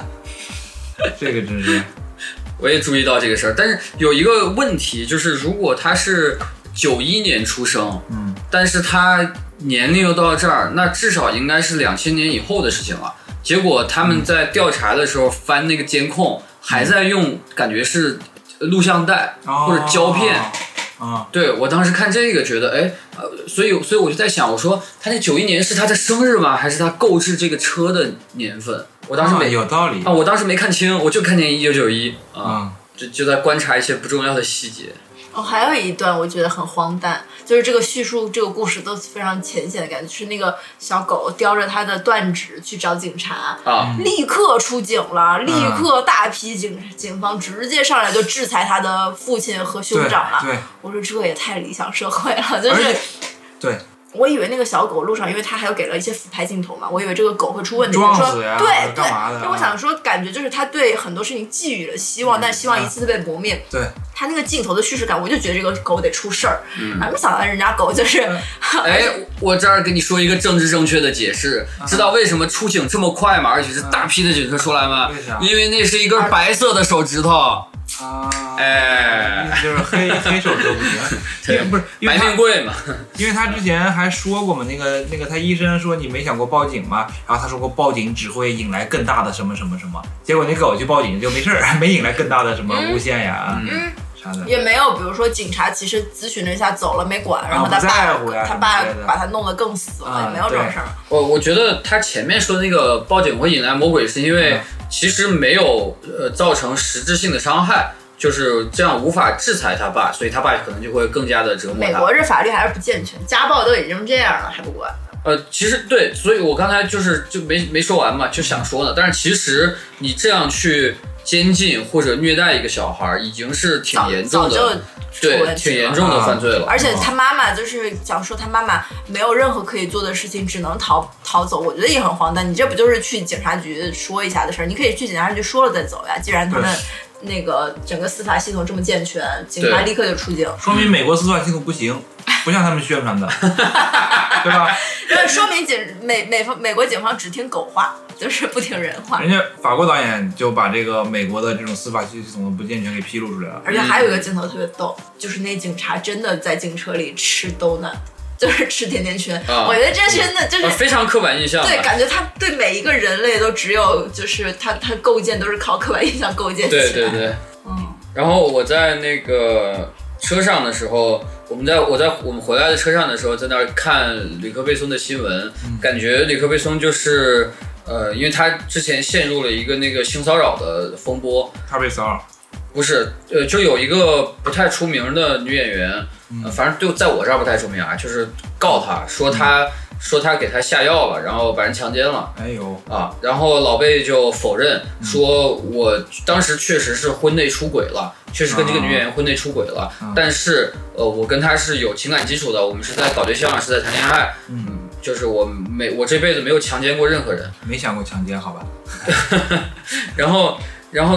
Speaker 3: 这个真是，
Speaker 2: 我也注意到这个事儿，但是有一个问题就是，如果他是九一年出生，
Speaker 3: 嗯，
Speaker 2: 但是他年龄又到这儿，那至少应该是两千年以后的事情了。结果他们在调查的时候翻那个监控，还在用感觉是录像带或者胶片。
Speaker 3: 啊，
Speaker 2: 对我当时看这个觉得，哎，呃，所以所以我就在想，我说他那九一年是他的生日吗？还是他购置这个车的年份？我当时
Speaker 3: 啊
Speaker 2: 没
Speaker 3: 有道理
Speaker 2: 啊，我当时没看清，我就看见一九九一啊。
Speaker 3: 啊，
Speaker 2: 就就在观察一些不重要的细节。
Speaker 4: 哦，还有一段我觉得很荒诞，就是这个叙述这个故事都非常浅显的感觉，就是那个小狗叼着它的断指去找警察，
Speaker 2: 啊，
Speaker 3: 嗯
Speaker 4: 立刻出警了，立刻大批警、警方直接上来就制裁他的父亲和兄
Speaker 3: 对
Speaker 4: 长了。
Speaker 3: 对
Speaker 4: 我说这也太理想社会了，就
Speaker 3: 而
Speaker 4: 是
Speaker 3: 且对，
Speaker 4: 我以为那个小狗路上，因为它还有给了一些俯拍镜头嘛，我以为这个狗会出问题，
Speaker 3: 撞
Speaker 4: 说
Speaker 3: 死呀或者
Speaker 4: 对
Speaker 3: 干嘛的啊
Speaker 4: 对，就我想说，感觉就是它对很多事情寄予了希望，但希
Speaker 3: 嗯
Speaker 4: 望一次次被磨灭。
Speaker 3: 对，
Speaker 4: 它那个镜头的叙事感，我就觉得这个狗得出事儿，
Speaker 3: 嗯
Speaker 4: 啊，没想到人家狗就是
Speaker 2: 哎，我这儿给你说一个政治正确的解释，
Speaker 3: 啊
Speaker 2: 知道为什么出警这么快吗？而且是大批的警车出来吗？
Speaker 3: 为啥
Speaker 2: 因为那是一根白色的手指头，
Speaker 3: 啊，
Speaker 2: 哎
Speaker 3: 意思就是黑黑手都不行， 因为不是因为
Speaker 2: 白
Speaker 3: 他
Speaker 2: 命贵 嘛。
Speaker 3: 因为他之前还说过嘛，那个那个他医生说你没想过报警吗？然后他说过报警只会引来更大的什么什么什么，结果那狗去报警就没事儿，没引来更大的什么诬陷呀啊、
Speaker 4: 嗯
Speaker 3: 啥的。
Speaker 4: 也没有，比如说警察其实咨询了一下走了没管，然后他
Speaker 3: 啊不在乎呀
Speaker 4: 爸他爸
Speaker 3: 什么之类的
Speaker 4: 把他弄得更死了，
Speaker 3: 啊
Speaker 4: 也没有这种事儿。
Speaker 2: 我我觉得他前面说的那个报警会引来魔鬼，是因为
Speaker 3: 嗯
Speaker 2: 其实没有呃造成实质性的伤害，就是这样无法制裁他爸，所以他爸可能就会更加的折磨
Speaker 4: 美
Speaker 2: 他
Speaker 4: 国。这法律还是不健全，家暴都已经这样了还不管，
Speaker 2: 呃，其实对，所以我刚才就是就没没说完嘛，就想说呢。但是其实你这样去监禁或者虐待一个小孩，儿，已经是挺
Speaker 4: 早
Speaker 2: 严
Speaker 4: 早
Speaker 2: 重
Speaker 4: 就
Speaker 2: 的，
Speaker 4: 出
Speaker 2: 对，
Speaker 4: 问
Speaker 2: 挺
Speaker 4: 题
Speaker 2: 严
Speaker 4: 了。
Speaker 2: 重的嗯
Speaker 3: 啊
Speaker 2: 犯罪了。
Speaker 4: 而且他妈妈就是讲说他妈妈没有任何可以做的事情，只能逃逃走。我觉得也很荒诞。你这不就是去警察局说一下的事儿？你可以去警察局说了再走呀。既然他们那个整个司法系统这么健全，警察
Speaker 2: 对
Speaker 4: 立刻就出警，
Speaker 3: 说明美国司法系统不行，不像他们宣传的，对吧？
Speaker 4: 那说明警美美方美国警方只听狗话，就是不听人话。
Speaker 3: 人家法国导演就把这个美国的这种司法系统的不健全给披露出来了。哎
Speaker 4: 而且还有一个镜头特别逗，就是那警察真的在警车里吃 donut，就是吃甜甜圈。
Speaker 2: 啊
Speaker 4: 我觉得这真的就是
Speaker 2: 呃非常刻板印象吧，
Speaker 4: 对，感觉他对每一个人类都只有就是他他构建都是靠刻板印象构建起来。
Speaker 2: 对对对。
Speaker 4: 嗯，
Speaker 2: 然后我在那个车上的时候，我们在我在我们回来的车上的时候，在那儿看吕克贝松的新闻，感觉吕克贝松就是呃，因为他之前陷入了一个那个性骚扰的风波，
Speaker 3: 他被骚扰，
Speaker 2: 不是，呃，就有一个不太出名的女演员，呃反正就在我这儿不太出名啊，就是告她说她、说她给她下药了，然后把人强奸了
Speaker 3: 哎呦，
Speaker 2: 啊，然后老贝就否认说我当时确实是婚内出轨了，确实跟这个女演员婚内出轨了，但是呃，我跟她是有情感基础的，我们是在搞对象，啊是在谈恋爱，
Speaker 3: 嗯，
Speaker 2: 就是我没我这辈子没有强奸过任何人。
Speaker 3: 没想过强奸，好吧？
Speaker 2: 然后，然后，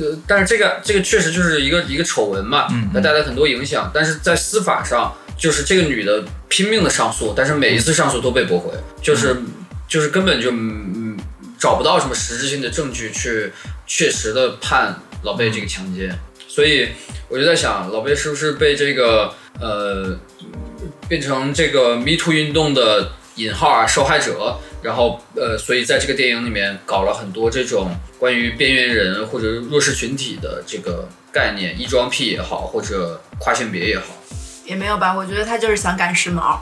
Speaker 2: 呃，但是这个这个确实就是一个一个丑闻嘛
Speaker 3: 嗯，
Speaker 2: 它带来很多影响。但是在司法上，就是这个女的拼命的上诉，但是每一次上诉都被驳回，就是就是根本就嗯找不到什么实质性的证据去确实的判老贝这个强奸。所以我就在想，老贝是不是被这个呃变成这个 Me Too 运动的引号啊受害者？然后呃，所以在这个电影里面搞了很多这种关于边缘人或者弱势群体的这个概念，异装癖也好，或者跨性别也好，
Speaker 4: 也没有吧，我觉得他就是想赶时髦，
Speaker 2: 嗯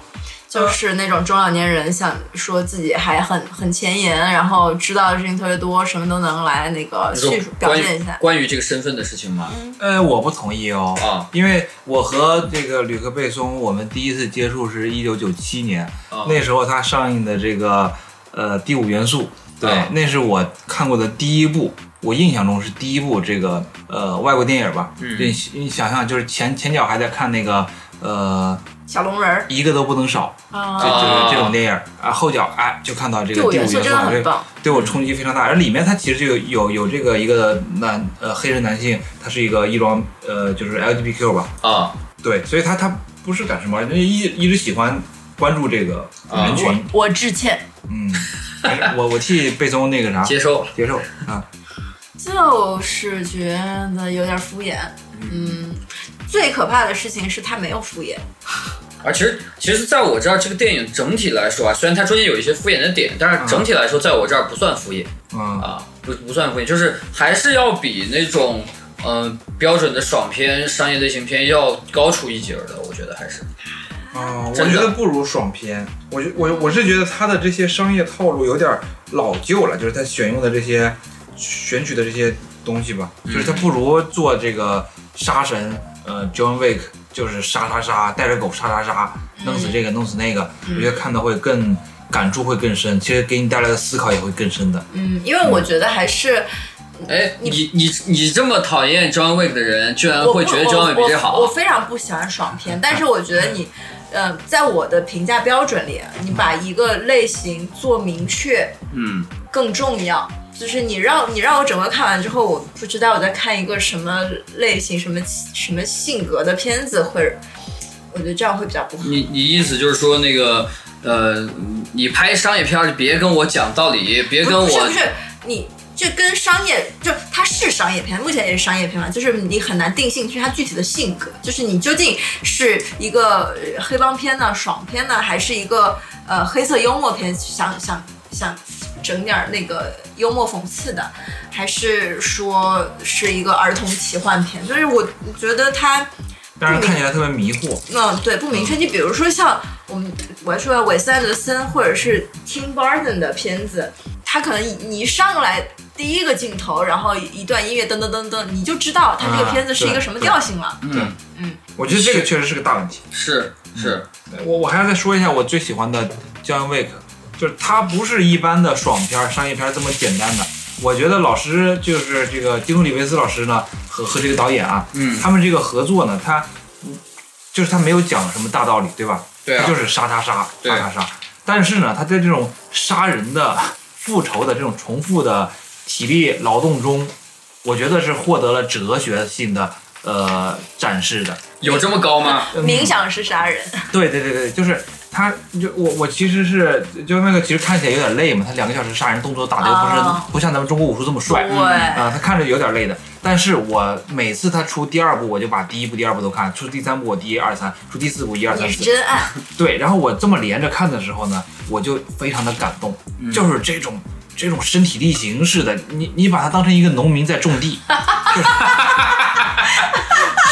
Speaker 4: 就是那种中老年人想说自己还很很前沿，然后知道的事情特别多，什么都能来那个
Speaker 2: 就是
Speaker 4: 叙述表
Speaker 2: 关于
Speaker 4: 现一下。嗯
Speaker 2: 关于这个身份的事情嘛。
Speaker 3: 呃，我不同意哦，
Speaker 2: 啊
Speaker 3: 因为我和这个吕克贝松，我们第一次接触是一九九七年，
Speaker 2: 啊，
Speaker 3: 那时候他上映的这个呃《第五元素》，对，
Speaker 2: 啊
Speaker 3: 那是我看过的第一部，我印象中是第一部这个呃外国电影吧。
Speaker 2: 嗯
Speaker 3: 对，你想象就是前前脚还在看那个呃
Speaker 4: 小龙人儿
Speaker 3: 一个都不能少，就
Speaker 4: 啊，
Speaker 3: 就是这种
Speaker 2: 啊
Speaker 3: 电影啊，后脚哎就看到这个
Speaker 4: 第
Speaker 3: 《第
Speaker 4: 五
Speaker 3: 五元
Speaker 4: 元
Speaker 3: 素啊
Speaker 4: 素》，真的
Speaker 3: 这
Speaker 4: 很棒。
Speaker 3: 对我冲击非常大。而里面它其实就有有有这个一个男呃黑人男性，他是一个异装呃就是 LGBTQ 吧，
Speaker 2: 啊
Speaker 3: 对，所以他他不是干什么，人家一一直喜欢关注这个
Speaker 2: 啊
Speaker 3: 人群。
Speaker 4: 我致歉，
Speaker 3: 嗯，还是我我 替贝松那个啥
Speaker 2: 接受
Speaker 3: 接受啊，
Speaker 4: 就是觉得有点敷衍。嗯，最可怕的事情是他没有敷衍。
Speaker 2: 而啊其实，其实在我这儿，这个电影整体来说啊，虽然它中间有一些敷衍的点，但是整体来说，在我这儿不算敷衍
Speaker 3: 嗯
Speaker 2: 啊，不不算敷衍，就是还是要比那种嗯、呃标准的爽片、商业类型片要高出一截儿的，我觉得还是。
Speaker 5: 啊，我
Speaker 2: 真的
Speaker 5: 觉得不如爽片。我觉我我是觉得他的这些商业套路有点老旧了，就是他选用的这些选取的这些东西吧。
Speaker 2: 嗯
Speaker 3: 就是他不如做这个杀神，呃，John Wick 就是杀杀杀，带着狗杀杀杀，
Speaker 2: 嗯
Speaker 3: 弄死这个弄死那个，我觉得看的会更感触会更深，其实给你带来的思考也会更深的。
Speaker 4: 嗯，因为我觉得还是
Speaker 2: 哎，你你你这么讨厌 John Wick 的人，居然
Speaker 4: 我
Speaker 2: 会觉得 John Wick 比这
Speaker 4: 我我。我
Speaker 2: 好？
Speaker 4: 非常不喜欢爽片，但是我觉得你，呃，在我的评价标准里，你把一个类型做明确
Speaker 2: 嗯，
Speaker 4: 更重要。就是你让你让我整个看完之后，我不知道我在看一个什么类型、什么什么性格的片子，或者我觉得这样会比较不好。
Speaker 2: 你你意思就是说那个呃，你拍商业片儿，别跟我讲道理，别跟
Speaker 4: 不是
Speaker 2: 我
Speaker 4: 不是你。这跟商业，就它是商业片，目前也是商业片嘛，就是你很难定性是它具体的性格，就是你究竟是一个呃黑帮片呢、爽片呢，还是一个呃黑色幽默片，想想想整点儿那个幽默讽刺的，还是说是一个儿童奇幻片？就是我觉得它
Speaker 3: 但是看起来特别迷惑，
Speaker 4: 嗯，对，不明确。你比如说像我们，我说韦斯安德森或者是 Tim Burton 的片子，他可能你一上来第一个镜头，然后一段音乐噔噔噔噔，你就知道他这个片子是一个什么调性了。
Speaker 2: 嗯，
Speaker 5: 我觉得这个确实是个大问题。
Speaker 2: 是是，
Speaker 3: 我我还要再说一下我最喜欢的 John Wick，就是它不是一般的爽片儿、商业片儿这么简单的。我觉得老师就是这个基努里维斯老师呢，和和这个导演啊，
Speaker 2: 嗯，
Speaker 3: 他们这个合作呢，他嗯就是他没有讲什么大道理，对吧？
Speaker 2: 对
Speaker 3: 他
Speaker 2: 啊
Speaker 3: 就，是杀杀杀
Speaker 2: 对
Speaker 3: 杀杀杀。但是呢，他在这种杀人的、复仇的这种重复的体力劳动中，我觉得是获得了哲学性的呃展示的。
Speaker 2: 有这么高吗？
Speaker 4: 冥想是杀人，
Speaker 3: 嗯对对对对，就是他，就我我其实是就那个，其实看起来有点累嘛，他两个小时杀人动作打的又不是、
Speaker 4: 啊
Speaker 3: 不像咱们中国武术这么帅
Speaker 4: 对，嗯
Speaker 3: 啊、他看着有点累的。但是我每次他出第二部，我就把第一部、第二部都看，出第三部我第一二三，出第四部一二
Speaker 4: 你
Speaker 3: 三
Speaker 4: 是
Speaker 3: 四，
Speaker 4: 真爱。
Speaker 3: 对。然后我这么连着看的时候呢，我就非常的感动，就是这种。这种身体力行似的，你你把他当成一个农民在种地，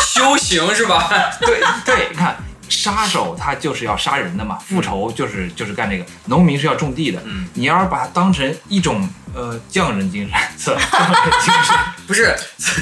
Speaker 2: 修行是吧？
Speaker 3: 对对，你看，杀手他就是要杀人的嘛，复仇就是就是干这个，农民是要种地的。
Speaker 2: 嗯，
Speaker 3: 你要是把它当成一种呃匠人精神， 是吧匠人精神，
Speaker 2: 不是，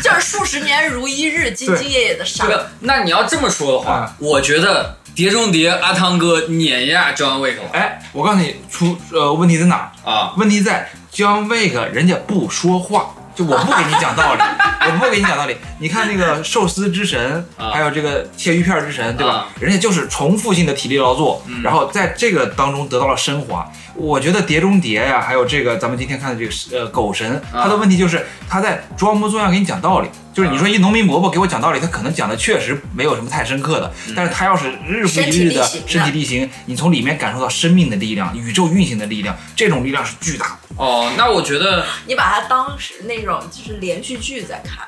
Speaker 4: 就是数十年如一日，兢兢业业的杀
Speaker 2: 这。个，那你要这么说的话
Speaker 3: 啊，
Speaker 2: 我觉得《碟中谍》阿汤哥碾压 John Wick 了
Speaker 3: 哎，我告诉你出呃问题在哪儿？
Speaker 2: 啊！
Speaker 3: 问题在 John Wick 人家不说话，就我不给你讲 道理，我不给你讲道理。你看那个寿司之神，
Speaker 2: 啊
Speaker 3: 还有这个切鱼片儿之神，对吧？
Speaker 2: 啊嗯
Speaker 3: 人家就是重复性的体力劳作，然后在这个当中得到了升华。我觉得《碟中谍》呀，还有这个咱们今天看的这个呃狗神，
Speaker 2: 啊
Speaker 3: 他的问题就是他在装模作样给你讲道理。就是你说一农民伯伯给我讲道理，他可能讲的确实没有什么太深刻的，但是他要是日复一日的
Speaker 4: 身体力行的
Speaker 3: 身
Speaker 4: 嗯
Speaker 3: 体力行，你从里面感受到生命的力量、宇宙运行的力量，这种力量是巨大的。
Speaker 2: 哦，那我觉得
Speaker 4: 你把它当时那种就是连续剧在看，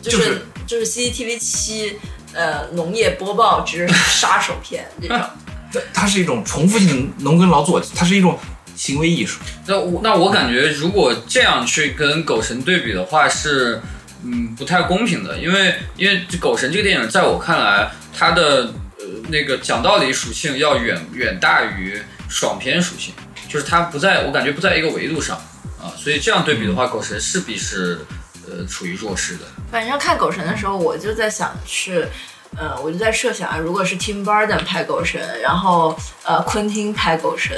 Speaker 4: 就
Speaker 3: 就是是
Speaker 4: 就是 CCTV 七呃农业播报之杀手片这种。
Speaker 3: 它是一种重复性的农耕劳作，它是一种
Speaker 6: 行为艺术。
Speaker 2: 那我那我感觉，如果这样去跟狗神对比的话，是嗯不太公平的，因为因为这狗神这个电影，在我看来，它的呃那个讲道理属性要远远大于爽片属性，就是它不在我感觉不在一个维度上啊，所以这样对比的话，狗神势必是呃处于弱势的。
Speaker 4: 反正看狗神的时候，我就在想是，呃，我就在设想啊，如果是 Tim Burton 拍狗神，然后呃，昆汀拍狗神，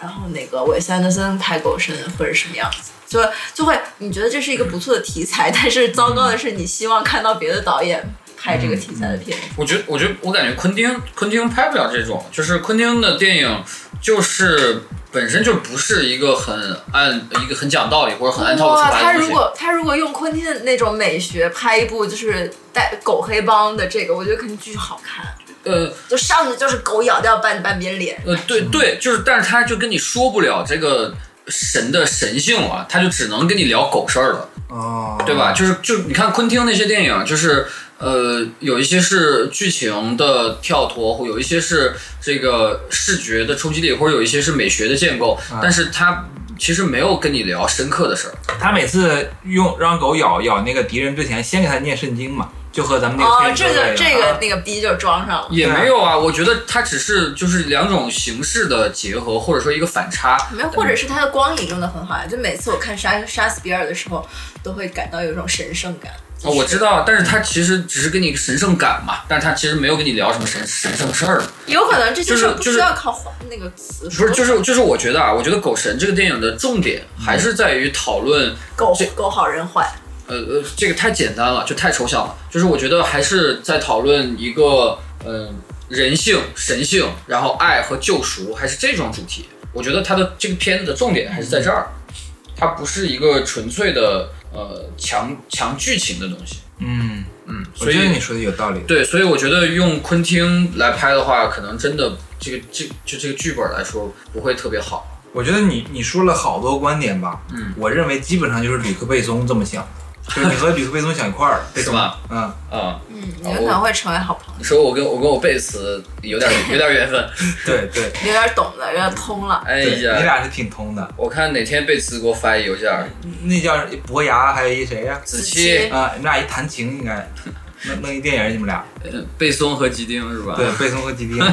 Speaker 4: 然后那个韦斯安德森拍狗神，或者什么样子，就就会你觉得这是一个不错的题材，但是糟糕的是，你希望看到别的导演拍这个题
Speaker 2: 嗯
Speaker 4: 材的片子。
Speaker 2: 我觉得，我觉得，我感觉昆汀，昆汀拍不了这种，就是昆汀的电影，就是本身就不是一个很按一个很讲道理或者很按套路出
Speaker 4: 哇，他
Speaker 2: 牌的东
Speaker 4: 如
Speaker 2: 西。
Speaker 4: 果他如果用昆汀的那种美学拍一部就是带狗黑帮的这个，我觉得肯定巨好看，
Speaker 2: 呃
Speaker 4: 就上去就是狗咬掉半半边脸。
Speaker 2: 呃，对对，就是，但是他就跟你说不了这个神的神性了，他就只能跟你聊狗事儿了。
Speaker 3: 哦，
Speaker 2: 对吧？？就是就你看昆汀那些电影，就是呃，有一些是剧情的跳脱，或有一些是这个视觉的冲击力，或者有一些是美学的建构，但是他其实没有跟你聊深刻的事儿。
Speaker 6: 他每次用让狗咬咬那个敌人之前，先给他念圣经嘛，就和咱们那个
Speaker 4: 哦
Speaker 6: 黑，人
Speaker 4: 这
Speaker 6: 哥哥一
Speaker 4: 个
Speaker 6: 样
Speaker 4: 这个
Speaker 6: 啊
Speaker 4: 那个逼就装上了。
Speaker 2: 也没有啊，我觉得它只是就是两种形式的结合，或者说一个反差。
Speaker 4: 没有，或者是他的光影用的很好啊呀。就每次我看杀杀死比尔的时候，都会感到有一种神圣感。
Speaker 2: 哦，我知道，但是它其实只是给你一个神圣感嘛，但是它其实没有跟你聊什么神神圣事儿。
Speaker 4: 有可能这些事儿不
Speaker 2: 就是就是
Speaker 4: 需要靠话那个词
Speaker 2: 不
Speaker 4: 说。
Speaker 2: 是，就是就是我觉得啊，我觉得《狗神》这个电影的重点还是在于讨论
Speaker 4: 狗
Speaker 2: 这
Speaker 4: 狗好人坏，
Speaker 2: 呃呃，这个太简单了，就太抽象了。就是我觉得还是在讨论一个嗯、人性、神性，然后爱和救赎，还是这种主题。我觉得它的这个片子的重点还是在这儿，它不是一个纯粹的呃强强剧情的东西。
Speaker 6: 嗯，
Speaker 2: 嗯，
Speaker 3: 我
Speaker 2: 所
Speaker 3: 觉得
Speaker 2: 以
Speaker 3: 你说的有道理。
Speaker 2: 对，所以我觉得用昆汀来拍的话，可能真的这个这就这个剧本来说不会特别好。
Speaker 3: 我觉得你你说了好多观点吧，
Speaker 2: 嗯，
Speaker 3: 我认为基本上就是吕克贝松这么想的，就是你和吕克贝松想一块儿，
Speaker 2: 是吧？
Speaker 3: 嗯，
Speaker 2: 啊、
Speaker 4: 嗯，你有可能会成为好朋友，
Speaker 2: 你说我跟我跟我贝斯有点有点缘分。
Speaker 3: 对对，
Speaker 4: 有点懂了，有点通了。
Speaker 2: 哎
Speaker 3: 对你
Speaker 2: 呀，
Speaker 3: 俩是挺通的。
Speaker 2: 我看哪天贝斯给我发一邮件儿，
Speaker 3: 那叫伯牙，还有一谁呀、
Speaker 2: 子
Speaker 4: 期
Speaker 2: 期、
Speaker 3: 啊？你们俩一弹琴应该弄弄一电影，你们俩
Speaker 2: 呃贝松和吉丁是吧？
Speaker 3: 对，贝松和吉丁，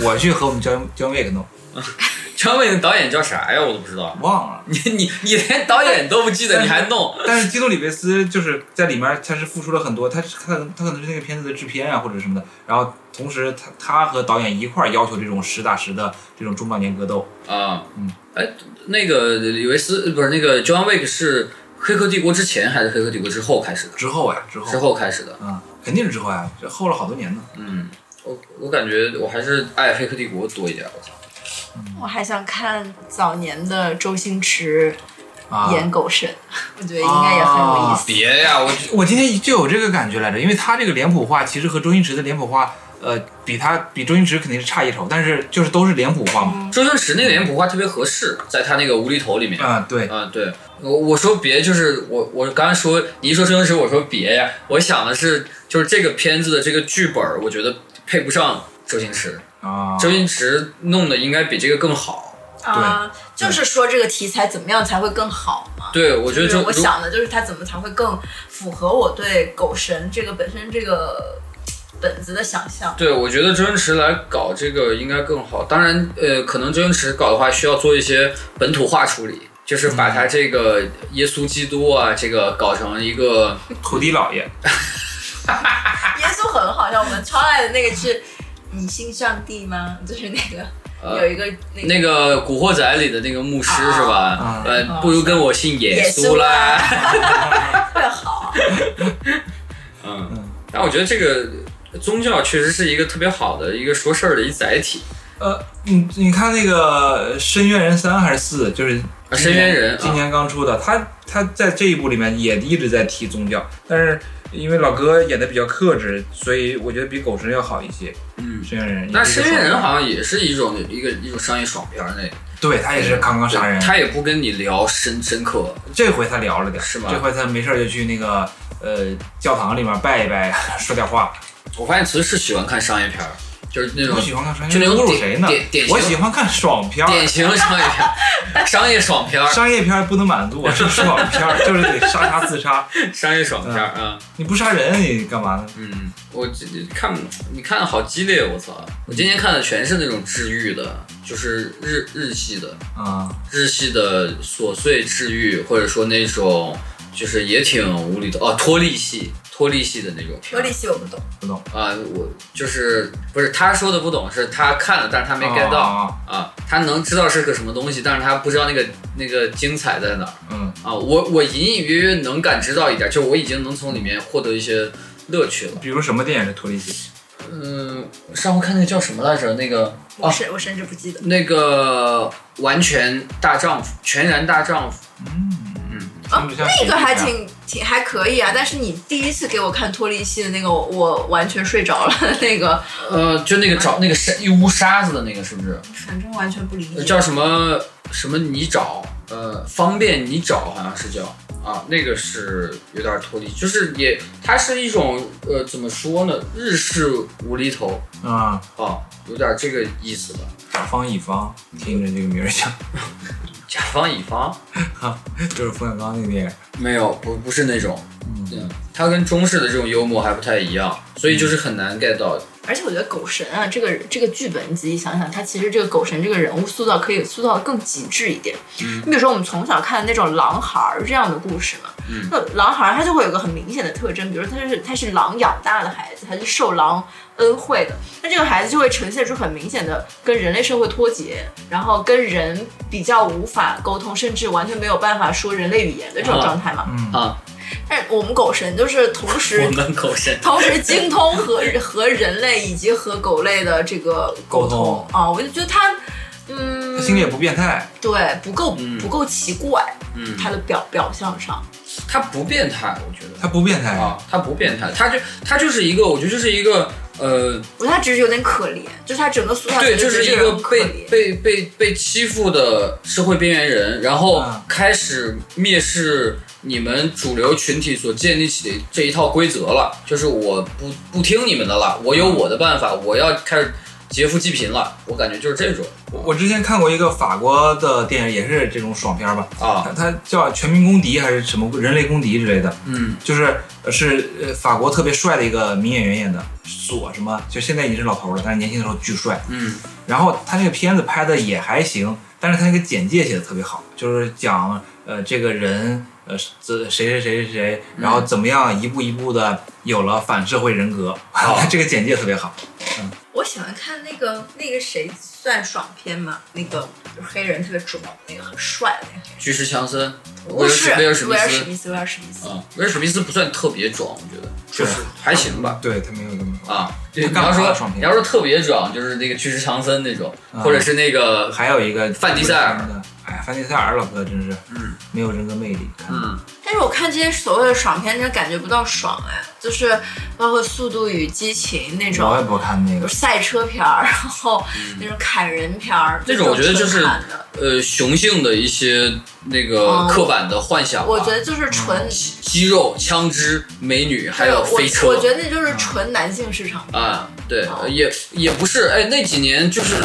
Speaker 3: 我去和我们姜姜维给弄，
Speaker 2: 张伟的导演叫啥呀？我都不知道。
Speaker 3: 忘了。
Speaker 2: 你你 你连导演都不记得，你还弄？
Speaker 3: 但是基努里维斯就是在里面，他是付出了很多，他是他可能他可能是那个片子的制片啊或者什么的，然后同时他他和导演一块儿要求这种实打实的这种中老年格斗，
Speaker 2: 啊，哎，那个李维斯不是那个呃 John Wick 是《黑客帝国》之前还是《黑客帝国》之后开始的？
Speaker 3: 之后呀，之后，
Speaker 2: 之后开始的。
Speaker 3: 嗯，肯定是之后呀，这后了好多年呢。
Speaker 2: 嗯，我我感觉我还是爱《黑客帝国》多一点。我操，
Speaker 4: 我还想看早年的周星驰
Speaker 3: 啊，
Speaker 4: 演狗神，我觉得应该也很
Speaker 2: 啊
Speaker 4: 有意思。
Speaker 2: 别呀！我就
Speaker 3: 我今天就有这个感觉来着，因为他这个脸谱化其实和周星驰的脸谱化，呃，比他比周星驰肯定是差一筹，但是就是都是脸谱化嘛。
Speaker 2: 周星驰那个脸谱化特别合适，在他那个无厘头里面。
Speaker 3: 啊、对，
Speaker 2: 啊，对，我我说别就是我我刚刚说你一说周星驰，我说别呀，我想的是就是这个片子的这个剧本儿，我觉得配不上周星驰，
Speaker 3: 啊，
Speaker 2: 周星驰弄的应该比这个更好。
Speaker 4: 啊，就是说这个题材怎么样才会更好嘛？
Speaker 2: 对，我觉得
Speaker 4: 就是
Speaker 2: 就
Speaker 4: 我
Speaker 2: 如
Speaker 4: 想的就是它怎么才会更符合我对狗神这个本身这个本子的想象。
Speaker 2: 对，我觉得周星驰来搞这个应该更好。当然，呃，可能周星驰搞的话需要做一些本土化处理，就是把他这个耶稣基督啊，这个搞成一个
Speaker 3: 土地老爷，
Speaker 4: 耶稣很好笑，我们超爱的那个是“你信上帝吗？”就是那个、
Speaker 2: 呃
Speaker 4: 有一个那个
Speaker 2: 那个《古惑仔》里的那个牧师是吧
Speaker 3: 啊？
Speaker 2: 呃
Speaker 4: 啊，
Speaker 2: 不如跟我姓耶
Speaker 4: 耶
Speaker 2: 稣啦。
Speaker 4: 特别好，
Speaker 2: 嗯，但我觉得这个宗教确实是一个特别好的一个说事儿的一载体。
Speaker 3: 呃，你你看那个《深渊人三》还是四，就是
Speaker 2: 啊深渊人
Speaker 3: 今年刚出的，他他在这一部里面也一直在提宗教，但是因为老哥演的比较克制，所以我觉得比狗神要好一些。
Speaker 2: 嗯
Speaker 3: 深渊人，
Speaker 2: 那
Speaker 3: 也是
Speaker 2: 深
Speaker 3: 一个
Speaker 2: 渊人
Speaker 3: 爽片
Speaker 2: 好像也是一种一个一种商业爽片儿那个，
Speaker 3: 对他也是刚刚杀人，
Speaker 2: 他也不跟你聊深深刻，
Speaker 3: 这回他聊了点儿，
Speaker 2: 是吗
Speaker 3: 这回他没事儿就去那个呃教堂里面拜一拜，说点话。
Speaker 2: 我发现慈是喜欢看商业片儿，就是那种
Speaker 3: 我喜欢看商
Speaker 2: 就
Speaker 3: 业
Speaker 2: 那
Speaker 3: 片，
Speaker 2: 种
Speaker 3: 侮辱
Speaker 2: 典
Speaker 3: 谁呢
Speaker 2: 典典？型
Speaker 3: 我喜欢看爽片儿，
Speaker 2: 典型的商业 片，商业爽片儿，
Speaker 3: 商业片儿不能满足我，是爽片儿， 就是得杀杀自杀，
Speaker 2: 商业爽片
Speaker 3: 嗯
Speaker 2: 儿啊。
Speaker 3: 你不杀人你干嘛呢？
Speaker 2: 嗯，我这看你看的好激烈，我操！我今天看的全是那种治愈的，就是日日系的，
Speaker 3: 啊、
Speaker 2: 日系的琐碎治愈，或者说那种就是也挺无厘头啊，脱力系脱力系的那种片
Speaker 4: 玻
Speaker 2: 儿
Speaker 4: 璃系我不懂，
Speaker 2: 啊、我就是不是他说的不懂，是他看了，但是他没 get 到啊
Speaker 3: 啊
Speaker 2: 他能知道是个什么东西，但是他不知道那个那个精彩在哪儿
Speaker 3: 嗯
Speaker 2: 啊、我我隐隐约约能感知到一点，就我已经能从里面获得一些乐趣了。
Speaker 3: 比如什么电影是脱离系？
Speaker 2: 嗯，上回看那个叫什么来着？那个
Speaker 4: 我
Speaker 2: 啊，
Speaker 4: 甚我甚至不记得。
Speaker 2: 那个完全大丈夫，全然大丈夫。嗯
Speaker 3: 听嗯着像喜
Speaker 4: 哦那
Speaker 3: 剧
Speaker 4: 个还
Speaker 3: 片
Speaker 4: 挺挺还可以啊，但是你第一次给我看脱离系的那个，我我完全睡着了。 那个
Speaker 2: 呃，就那个找那个沙一屋沙子的那个，是不是？
Speaker 4: 反正完全不理解。
Speaker 2: 叫什么什么你找？呃，方便你找，好像是叫啊，那个是有点脱离，就是也它是一种呃，怎么说呢？日式无厘头
Speaker 3: 啊，
Speaker 2: 啊，有点这个意思吧。
Speaker 3: 甲方乙方，听着这个名儿像，
Speaker 2: 甲方乙方
Speaker 3: 就是冯小刚那个电影。
Speaker 2: 没有，不不是那种，嗯，它跟中式的这种幽默还不太一样，所以就是很难 get 到。
Speaker 4: 而且我觉得狗神啊，这个这个剧本，你仔细想想，他其实这个狗神这个人物塑造可以塑造的更极致一点。
Speaker 2: 嗯
Speaker 4: 你比如说我们从小看的那种狼孩儿这样的故事嘛，
Speaker 2: 嗯
Speaker 4: 那狼孩儿他就会有个很明显的特征，比如他是他是狼养大的孩子，他是受狼恩惠的，那这个孩子就会呈现出很明显的跟人类社会脱节，然后跟人比较无法沟通，甚至完全没有办法说人类语言的这种状态嘛。
Speaker 3: 嗯
Speaker 2: 啊，
Speaker 4: 但是我们狗神就是同时
Speaker 2: 我们口 神
Speaker 4: 同时精通和和人类以及和狗类的这个沟通
Speaker 3: 沟
Speaker 4: 啊，我就觉得它，
Speaker 3: 他心里
Speaker 4: 嗯，
Speaker 3: 也不变态，
Speaker 4: 对，不够
Speaker 2: 嗯
Speaker 4: 不够奇怪，
Speaker 2: 嗯，
Speaker 4: 它的表表象上，
Speaker 2: 他不变态，我觉
Speaker 3: 他不变态
Speaker 2: 得啊，他不变态，他就他就是一个，我觉得就是一个呃，
Speaker 4: 我觉得它只是有点可怜，就是它整个塑造
Speaker 2: 对，
Speaker 4: 起
Speaker 2: 就
Speaker 4: 来
Speaker 2: 是
Speaker 4: 是
Speaker 2: 一个
Speaker 4: 可
Speaker 2: 被
Speaker 4: 怜。
Speaker 2: 被被被欺负的社会边缘人，然后
Speaker 3: 啊
Speaker 2: 开
Speaker 4: 嗯
Speaker 2: 始蔑视你们主流群体所建立起的这一套规则了，就是我不不听你们的了，我有我的办法，我要开始劫富济贫了，我感觉就是这种
Speaker 3: 我我之前看过一个法国的电影，也是这种爽片儿吧，
Speaker 2: 啊，
Speaker 3: 它它叫《全民公敌》还是什么《人类公敌》之类的，
Speaker 2: 嗯
Speaker 3: 就是呃是呃法国特别帅的一个名演员演的，索什么，就现在已经是老头儿了，但是年轻的时候巨帅。
Speaker 2: 嗯
Speaker 3: 然后他那个片子拍的也还行，但是他那个简介写的特别好，就是讲呃这个人呃这谁谁谁谁谁，然后怎么样一步一步的有了反社会人格，他 这个简介特别好。
Speaker 4: 我喜欢看那个那个谁算爽片嘛，那个就是黑人特别壮，那个很帅的那个黑人，
Speaker 2: 巨石强森，
Speaker 4: 不是
Speaker 2: 威
Speaker 4: 威
Speaker 2: 尔
Speaker 4: 尔
Speaker 2: 史
Speaker 4: 史
Speaker 2: 密斯
Speaker 4: 密斯，威尔史密斯，
Speaker 2: 啊，威尔史密斯不算特别壮，我觉得就是
Speaker 3: 是
Speaker 2: 还行吧。
Speaker 3: 对他没有这么好。
Speaker 2: 啊，
Speaker 3: 对
Speaker 2: 你
Speaker 3: 干
Speaker 2: 要
Speaker 3: 嘛
Speaker 2: 说
Speaker 3: 了爽啊片
Speaker 2: 你要说特别壮，就是那个巨石强森那种，或者是那个
Speaker 3: 还有一个
Speaker 2: 范迪塞尔
Speaker 3: 的，哎，范迪塞尔老哥真是，
Speaker 2: 嗯，
Speaker 3: 没有人格魅力。看
Speaker 2: 嗯
Speaker 4: 但是我看这些所谓的爽片，真的感觉不到爽哎，就是包括《速度与激情》那种
Speaker 3: 我，也不看那
Speaker 4: 比如
Speaker 3: 个，
Speaker 4: 赛车片儿，然后那种砍人片儿，
Speaker 2: 那种我觉得就是
Speaker 4: 纯砍的
Speaker 2: 呃雄性的一些那个
Speaker 4: 嗯
Speaker 2: 刻板的幻想吧，
Speaker 4: 我觉得就是纯，
Speaker 2: 肌肉、枪支、美女嗯还有
Speaker 4: 我
Speaker 2: 飞车，嗯
Speaker 4: 我觉哦得那就是纯男性市场片。
Speaker 2: 啊，对，呃也也不是，哎，那几年就是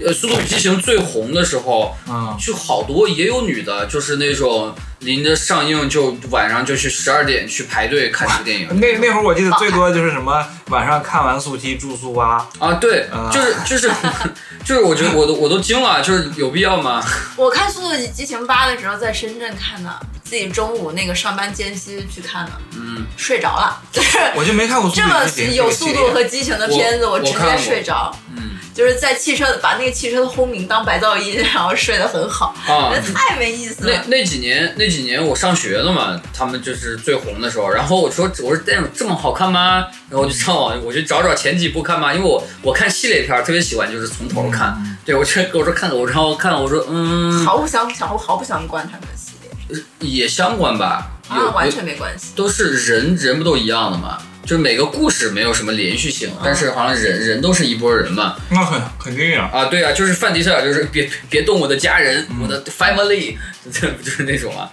Speaker 2: 呃《速度与激情》最红的时候，
Speaker 3: 嗯，
Speaker 2: 就好多也有女的，就是那种临着上映就晚上就去十二点去排队看这个电影，
Speaker 3: 那那会儿我记得最多就是什么晚上看完速七住宿啊，
Speaker 2: 啊，对，
Speaker 3: 啊
Speaker 2: 就是就是 就是，我觉得我都我都惊了，就是有必要吗？
Speaker 4: 我看《速度与激情八》的时候在深圳看的，自己中午那个上班间隙去看的，
Speaker 2: 嗯，
Speaker 4: 睡着了。 就是
Speaker 3: 我就没看过速
Speaker 4: 这
Speaker 3: 度
Speaker 4: 么
Speaker 3: 与激情
Speaker 4: 有速度和激情的片子，
Speaker 2: 我
Speaker 4: 我直
Speaker 2: 我看
Speaker 4: 接
Speaker 2: 过
Speaker 4: 睡着。
Speaker 2: 嗯，
Speaker 4: 就是在汽车把那个汽车的轰鸣当白噪音， 然后睡得很好，
Speaker 2: 啊
Speaker 4: 我觉，得太没意思
Speaker 2: 那
Speaker 4: 了。
Speaker 2: 那几年那几年我上学了嘛，他们就是最红的时候，然后我说我说电影这么好看吗？然后我就上网我去找找前几部看吧，因为我我看系列片儿特别喜欢，就是从头看。
Speaker 3: 嗯
Speaker 5: 嗯
Speaker 2: 对我去我说看我然后看我说嗯
Speaker 4: 毫不相毫毫不相关他们的系列
Speaker 2: 也相关吧，有
Speaker 4: 啊，完
Speaker 2: 有
Speaker 4: 全没关系。
Speaker 2: 都是人人不都一样的嘛。就是每个故事没有什么连续性，但是好像人人都是一波人嘛，
Speaker 3: 那很肯定呀。
Speaker 2: 啊，对啊，就是范迪塞尔，就是别别动我的家人，我的 family，这 不就是那种啊，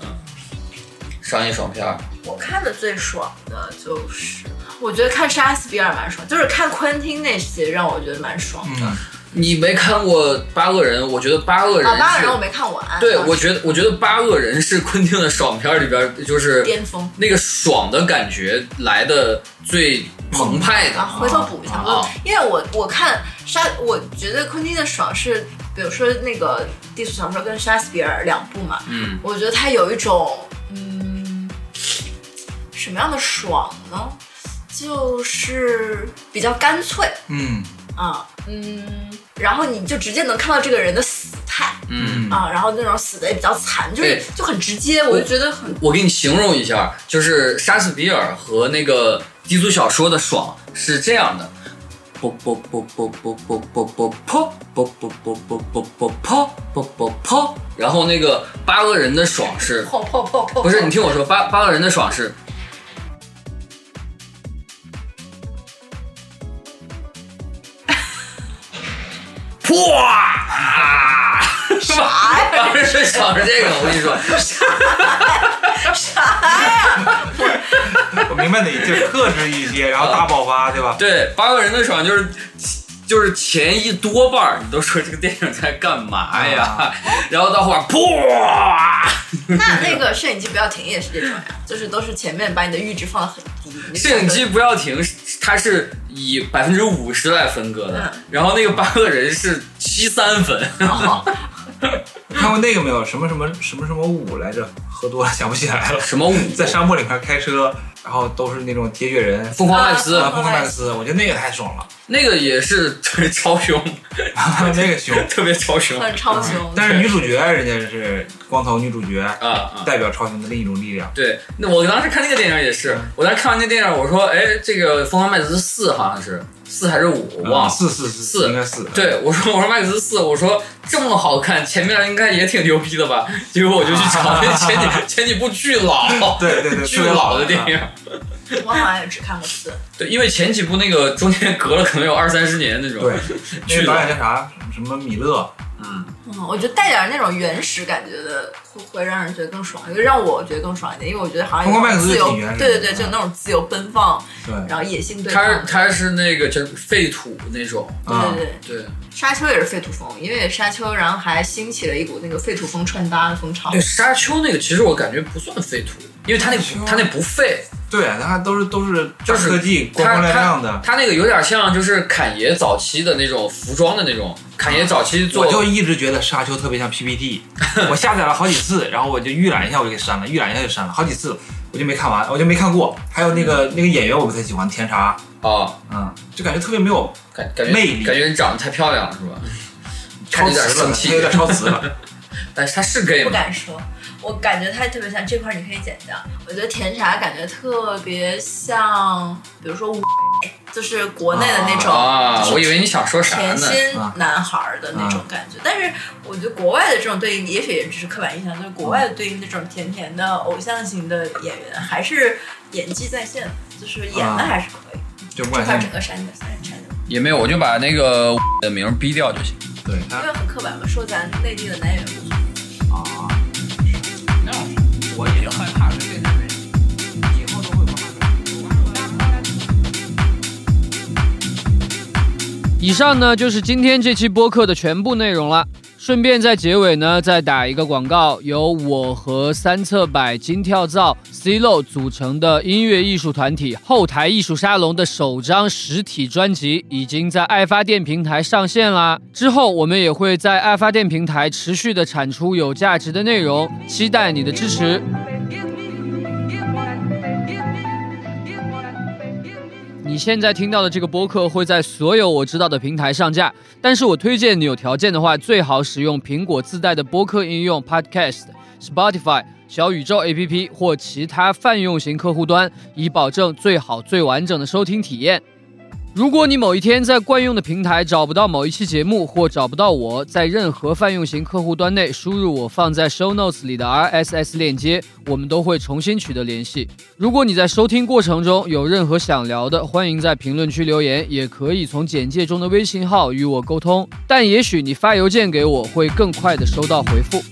Speaker 2: 嗯，商业爽片儿
Speaker 4: 我看的最爽的就是，我觉得看莎士比亚蛮爽，就是看昆汀那些让我觉得蛮爽。哦
Speaker 5: 嗯，
Speaker 2: 你没看过《八恶人》，我觉得《八恶人》
Speaker 4: 啊，八个
Speaker 2: 是
Speaker 4: 人我没看完。啊
Speaker 2: 对，
Speaker 4: 当时
Speaker 2: 我觉得我觉得《八恶人》是昆汀的爽片里边，就是
Speaker 4: 巅峰
Speaker 2: 那个爽的感觉来的最澎湃的。
Speaker 4: 啊，回头补一下，
Speaker 2: 啊
Speaker 4: 我因为我我看莎，我觉得昆汀的爽是，比如说那个低俗小说跟莎士比亚两部嘛，
Speaker 2: 嗯，
Speaker 4: 我觉得他有一种嗯，什么样的爽呢？就是比较干脆
Speaker 5: 嗯
Speaker 4: 啊，嗯，然后你就直接能看到这个人的死态。
Speaker 2: 嗯，
Speaker 4: 啊，然后那种死的也比较惨，就是
Speaker 2: 对
Speaker 4: 就很直接，我就觉得很
Speaker 2: 我给你形容一下，就是莎士比亚和那个低俗小说的爽是这样的。啵啵啵啵啷啵啵啵啵啵啵啵啵啵啵啵啵啮啮，然后那个八恶人的爽是，
Speaker 4: 砰砰砰砰。
Speaker 2: 不是你听我说，八八恶人的爽是
Speaker 4: 啥呀？
Speaker 2: 八恶人的爽是这个，我跟你说，
Speaker 5: 我明白你就是克制一些，然后大爆发，对吧？
Speaker 2: 对，八个人的爽就是。就是前一多半儿，你都说这个电影在干嘛呀？
Speaker 5: 啊
Speaker 2: 然后到后边儿，噗！
Speaker 4: 那那个摄影机不要停也是这种呀，就是都是前面把你的阈值放得很低。 你就
Speaker 2: 摄影机不要停，它是以百分之五十来分割的。然后那个八个人是七三分，
Speaker 4: 想着哦
Speaker 2: 嗯
Speaker 5: 你看过那个没有？什么什么什么什么舞来着？喝多了想不起来了。
Speaker 2: 什么五？
Speaker 5: 在沙漠里面开车，然后都是那种铁血人，
Speaker 2: 疯狂麦斯、
Speaker 5: 啊，疯狂麦斯，我觉得那个太爽了，
Speaker 2: 那个也是特别超凶，
Speaker 5: 那个凶。
Speaker 2: 特别超凶啊
Speaker 4: 很超 雄。
Speaker 5: 但是女主角人家是光头女主角，
Speaker 2: 啊！
Speaker 5: 代表超雄的另一种力量。
Speaker 2: 对，那我当时看那个电影也是，我当时看完那电影，我说，哎，这个《疯狂麦斯四》好像是四还是五，我忘
Speaker 5: 嗯
Speaker 2: 了。
Speaker 5: 四四四
Speaker 2: 四
Speaker 5: 应该四。
Speaker 2: 对，我说我说麦克斯四，我说这么好看，前面应该也挺牛逼的吧？ 结果我就去找那前 几前几部巨老，
Speaker 5: 对对对，
Speaker 2: 巨老的电
Speaker 5: 影。
Speaker 2: 影。
Speaker 4: 我好像也只看过四，
Speaker 2: 对，因为前几部那个中间隔了可能有二三十年那种。
Speaker 5: 对， 那
Speaker 2: 巨
Speaker 5: 个
Speaker 2: 老
Speaker 5: 导演叫啥？什么米勒？
Speaker 2: 嗯，
Speaker 4: 嗯，我觉得带点那种原始感觉的，会会让人觉得更爽，就让我觉得更爽一点，因为我觉得好像
Speaker 5: 疯狂麦
Speaker 4: 有
Speaker 5: 克斯
Speaker 4: 自由
Speaker 5: 挺原，始的
Speaker 4: 对对对，就那种自由奔放，
Speaker 5: 对，
Speaker 4: 然后野性对
Speaker 2: 他是
Speaker 4: 抗。嗯
Speaker 2: 他是那个就是废土那种。
Speaker 4: 对
Speaker 5: 啊
Speaker 4: 对，对，
Speaker 2: 对
Speaker 4: 沙丘也是废土风，因为沙丘，然后还兴起了一股那个废土风穿搭的风潮
Speaker 2: 对，。沙丘那个其实我感觉不算废土，因为他那个
Speaker 5: 沙丘
Speaker 2: 他那不废，
Speaker 5: 对，啊他都是都是
Speaker 2: 就
Speaker 5: 大
Speaker 2: 是
Speaker 5: 科技光
Speaker 2: 他
Speaker 5: 光亮亮
Speaker 2: 他
Speaker 5: 的。
Speaker 2: 他那个有点像就是侃爷早期的那种服装的那种，侃爷早期做
Speaker 5: 我就一直觉得沙丘特别像 PPT，我下载了好几次，然后我就预览一下我就给删了，预览一下就删了，好几次我就没看完，我就没看过。还有那
Speaker 2: 嗯
Speaker 5: 个那个演员我不太喜欢，甜茶，
Speaker 2: 啊，
Speaker 5: 嗯，就感觉特别没有
Speaker 2: 感感觉
Speaker 5: 魅力
Speaker 2: 感觉你长得太漂亮了是吧？看
Speaker 5: 超
Speaker 2: 着有
Speaker 5: 词
Speaker 2: 点
Speaker 5: 了，
Speaker 2: 生
Speaker 5: 他
Speaker 2: 气
Speaker 5: 有点超词了。
Speaker 2: 但是他是 gay
Speaker 4: 不
Speaker 2: 吗？
Speaker 4: 敢说，我感觉它特别像这块，你可以剪掉。我觉得甜茶感觉特别像，比如说五，就是国内的那种，
Speaker 2: 啊，
Speaker 4: 就是
Speaker 2: 我以为你想说啥
Speaker 4: 甜
Speaker 2: 呢？啊
Speaker 4: 心
Speaker 5: 啊
Speaker 4: 男孩的那种感觉。但是我觉得国外的这种对应，也许也只是刻板印象，就是国外的对应那种甜甜的偶像型的演员，还是演技在线，就是演的
Speaker 5: 啊
Speaker 4: 还是可以。
Speaker 5: 就不
Speaker 4: 这
Speaker 5: 管
Speaker 4: 块
Speaker 5: 像
Speaker 4: 整个删掉，删删掉，
Speaker 2: 也没有，我就把那个 的名儿逼掉就行。
Speaker 5: 对他
Speaker 4: 因为很刻板嘛，说咱内地的男演员不错。
Speaker 5: 啊，我也害怕这个人，以后都会不
Speaker 1: 以上呢就是今天这期播客的全部内容了。顺便在结尾呢再打一个广告，由我和三侧柏金跳蚤 C l o 组成的音乐艺术团体后台艺术沙龙的首张实体专辑已经在爱发电平台上线啦。之后我们也会在爱发电平台持续的产出有价值的内容，期待你的支持。你现在听到的这个播客会在所有我知道的平台上架，但是我推荐你有条件的话，最好使用苹果自带的播客应用 Podcast、Spotify、小宇宙 APP 或其他泛用型客户端，以保证最好最完整的收听体验。如果你某一天在惯用的平台找不到某一期节目，或找不到我，在任何泛用型客户端内输入我放在 show notes 里的 RSS 链接，我们都会重新取得联系。如果你在收听过程中有任何想聊的，欢迎在评论区留言，也可以从简介中的微信号与我沟通。但也许你发邮件给我会更快的收到回复。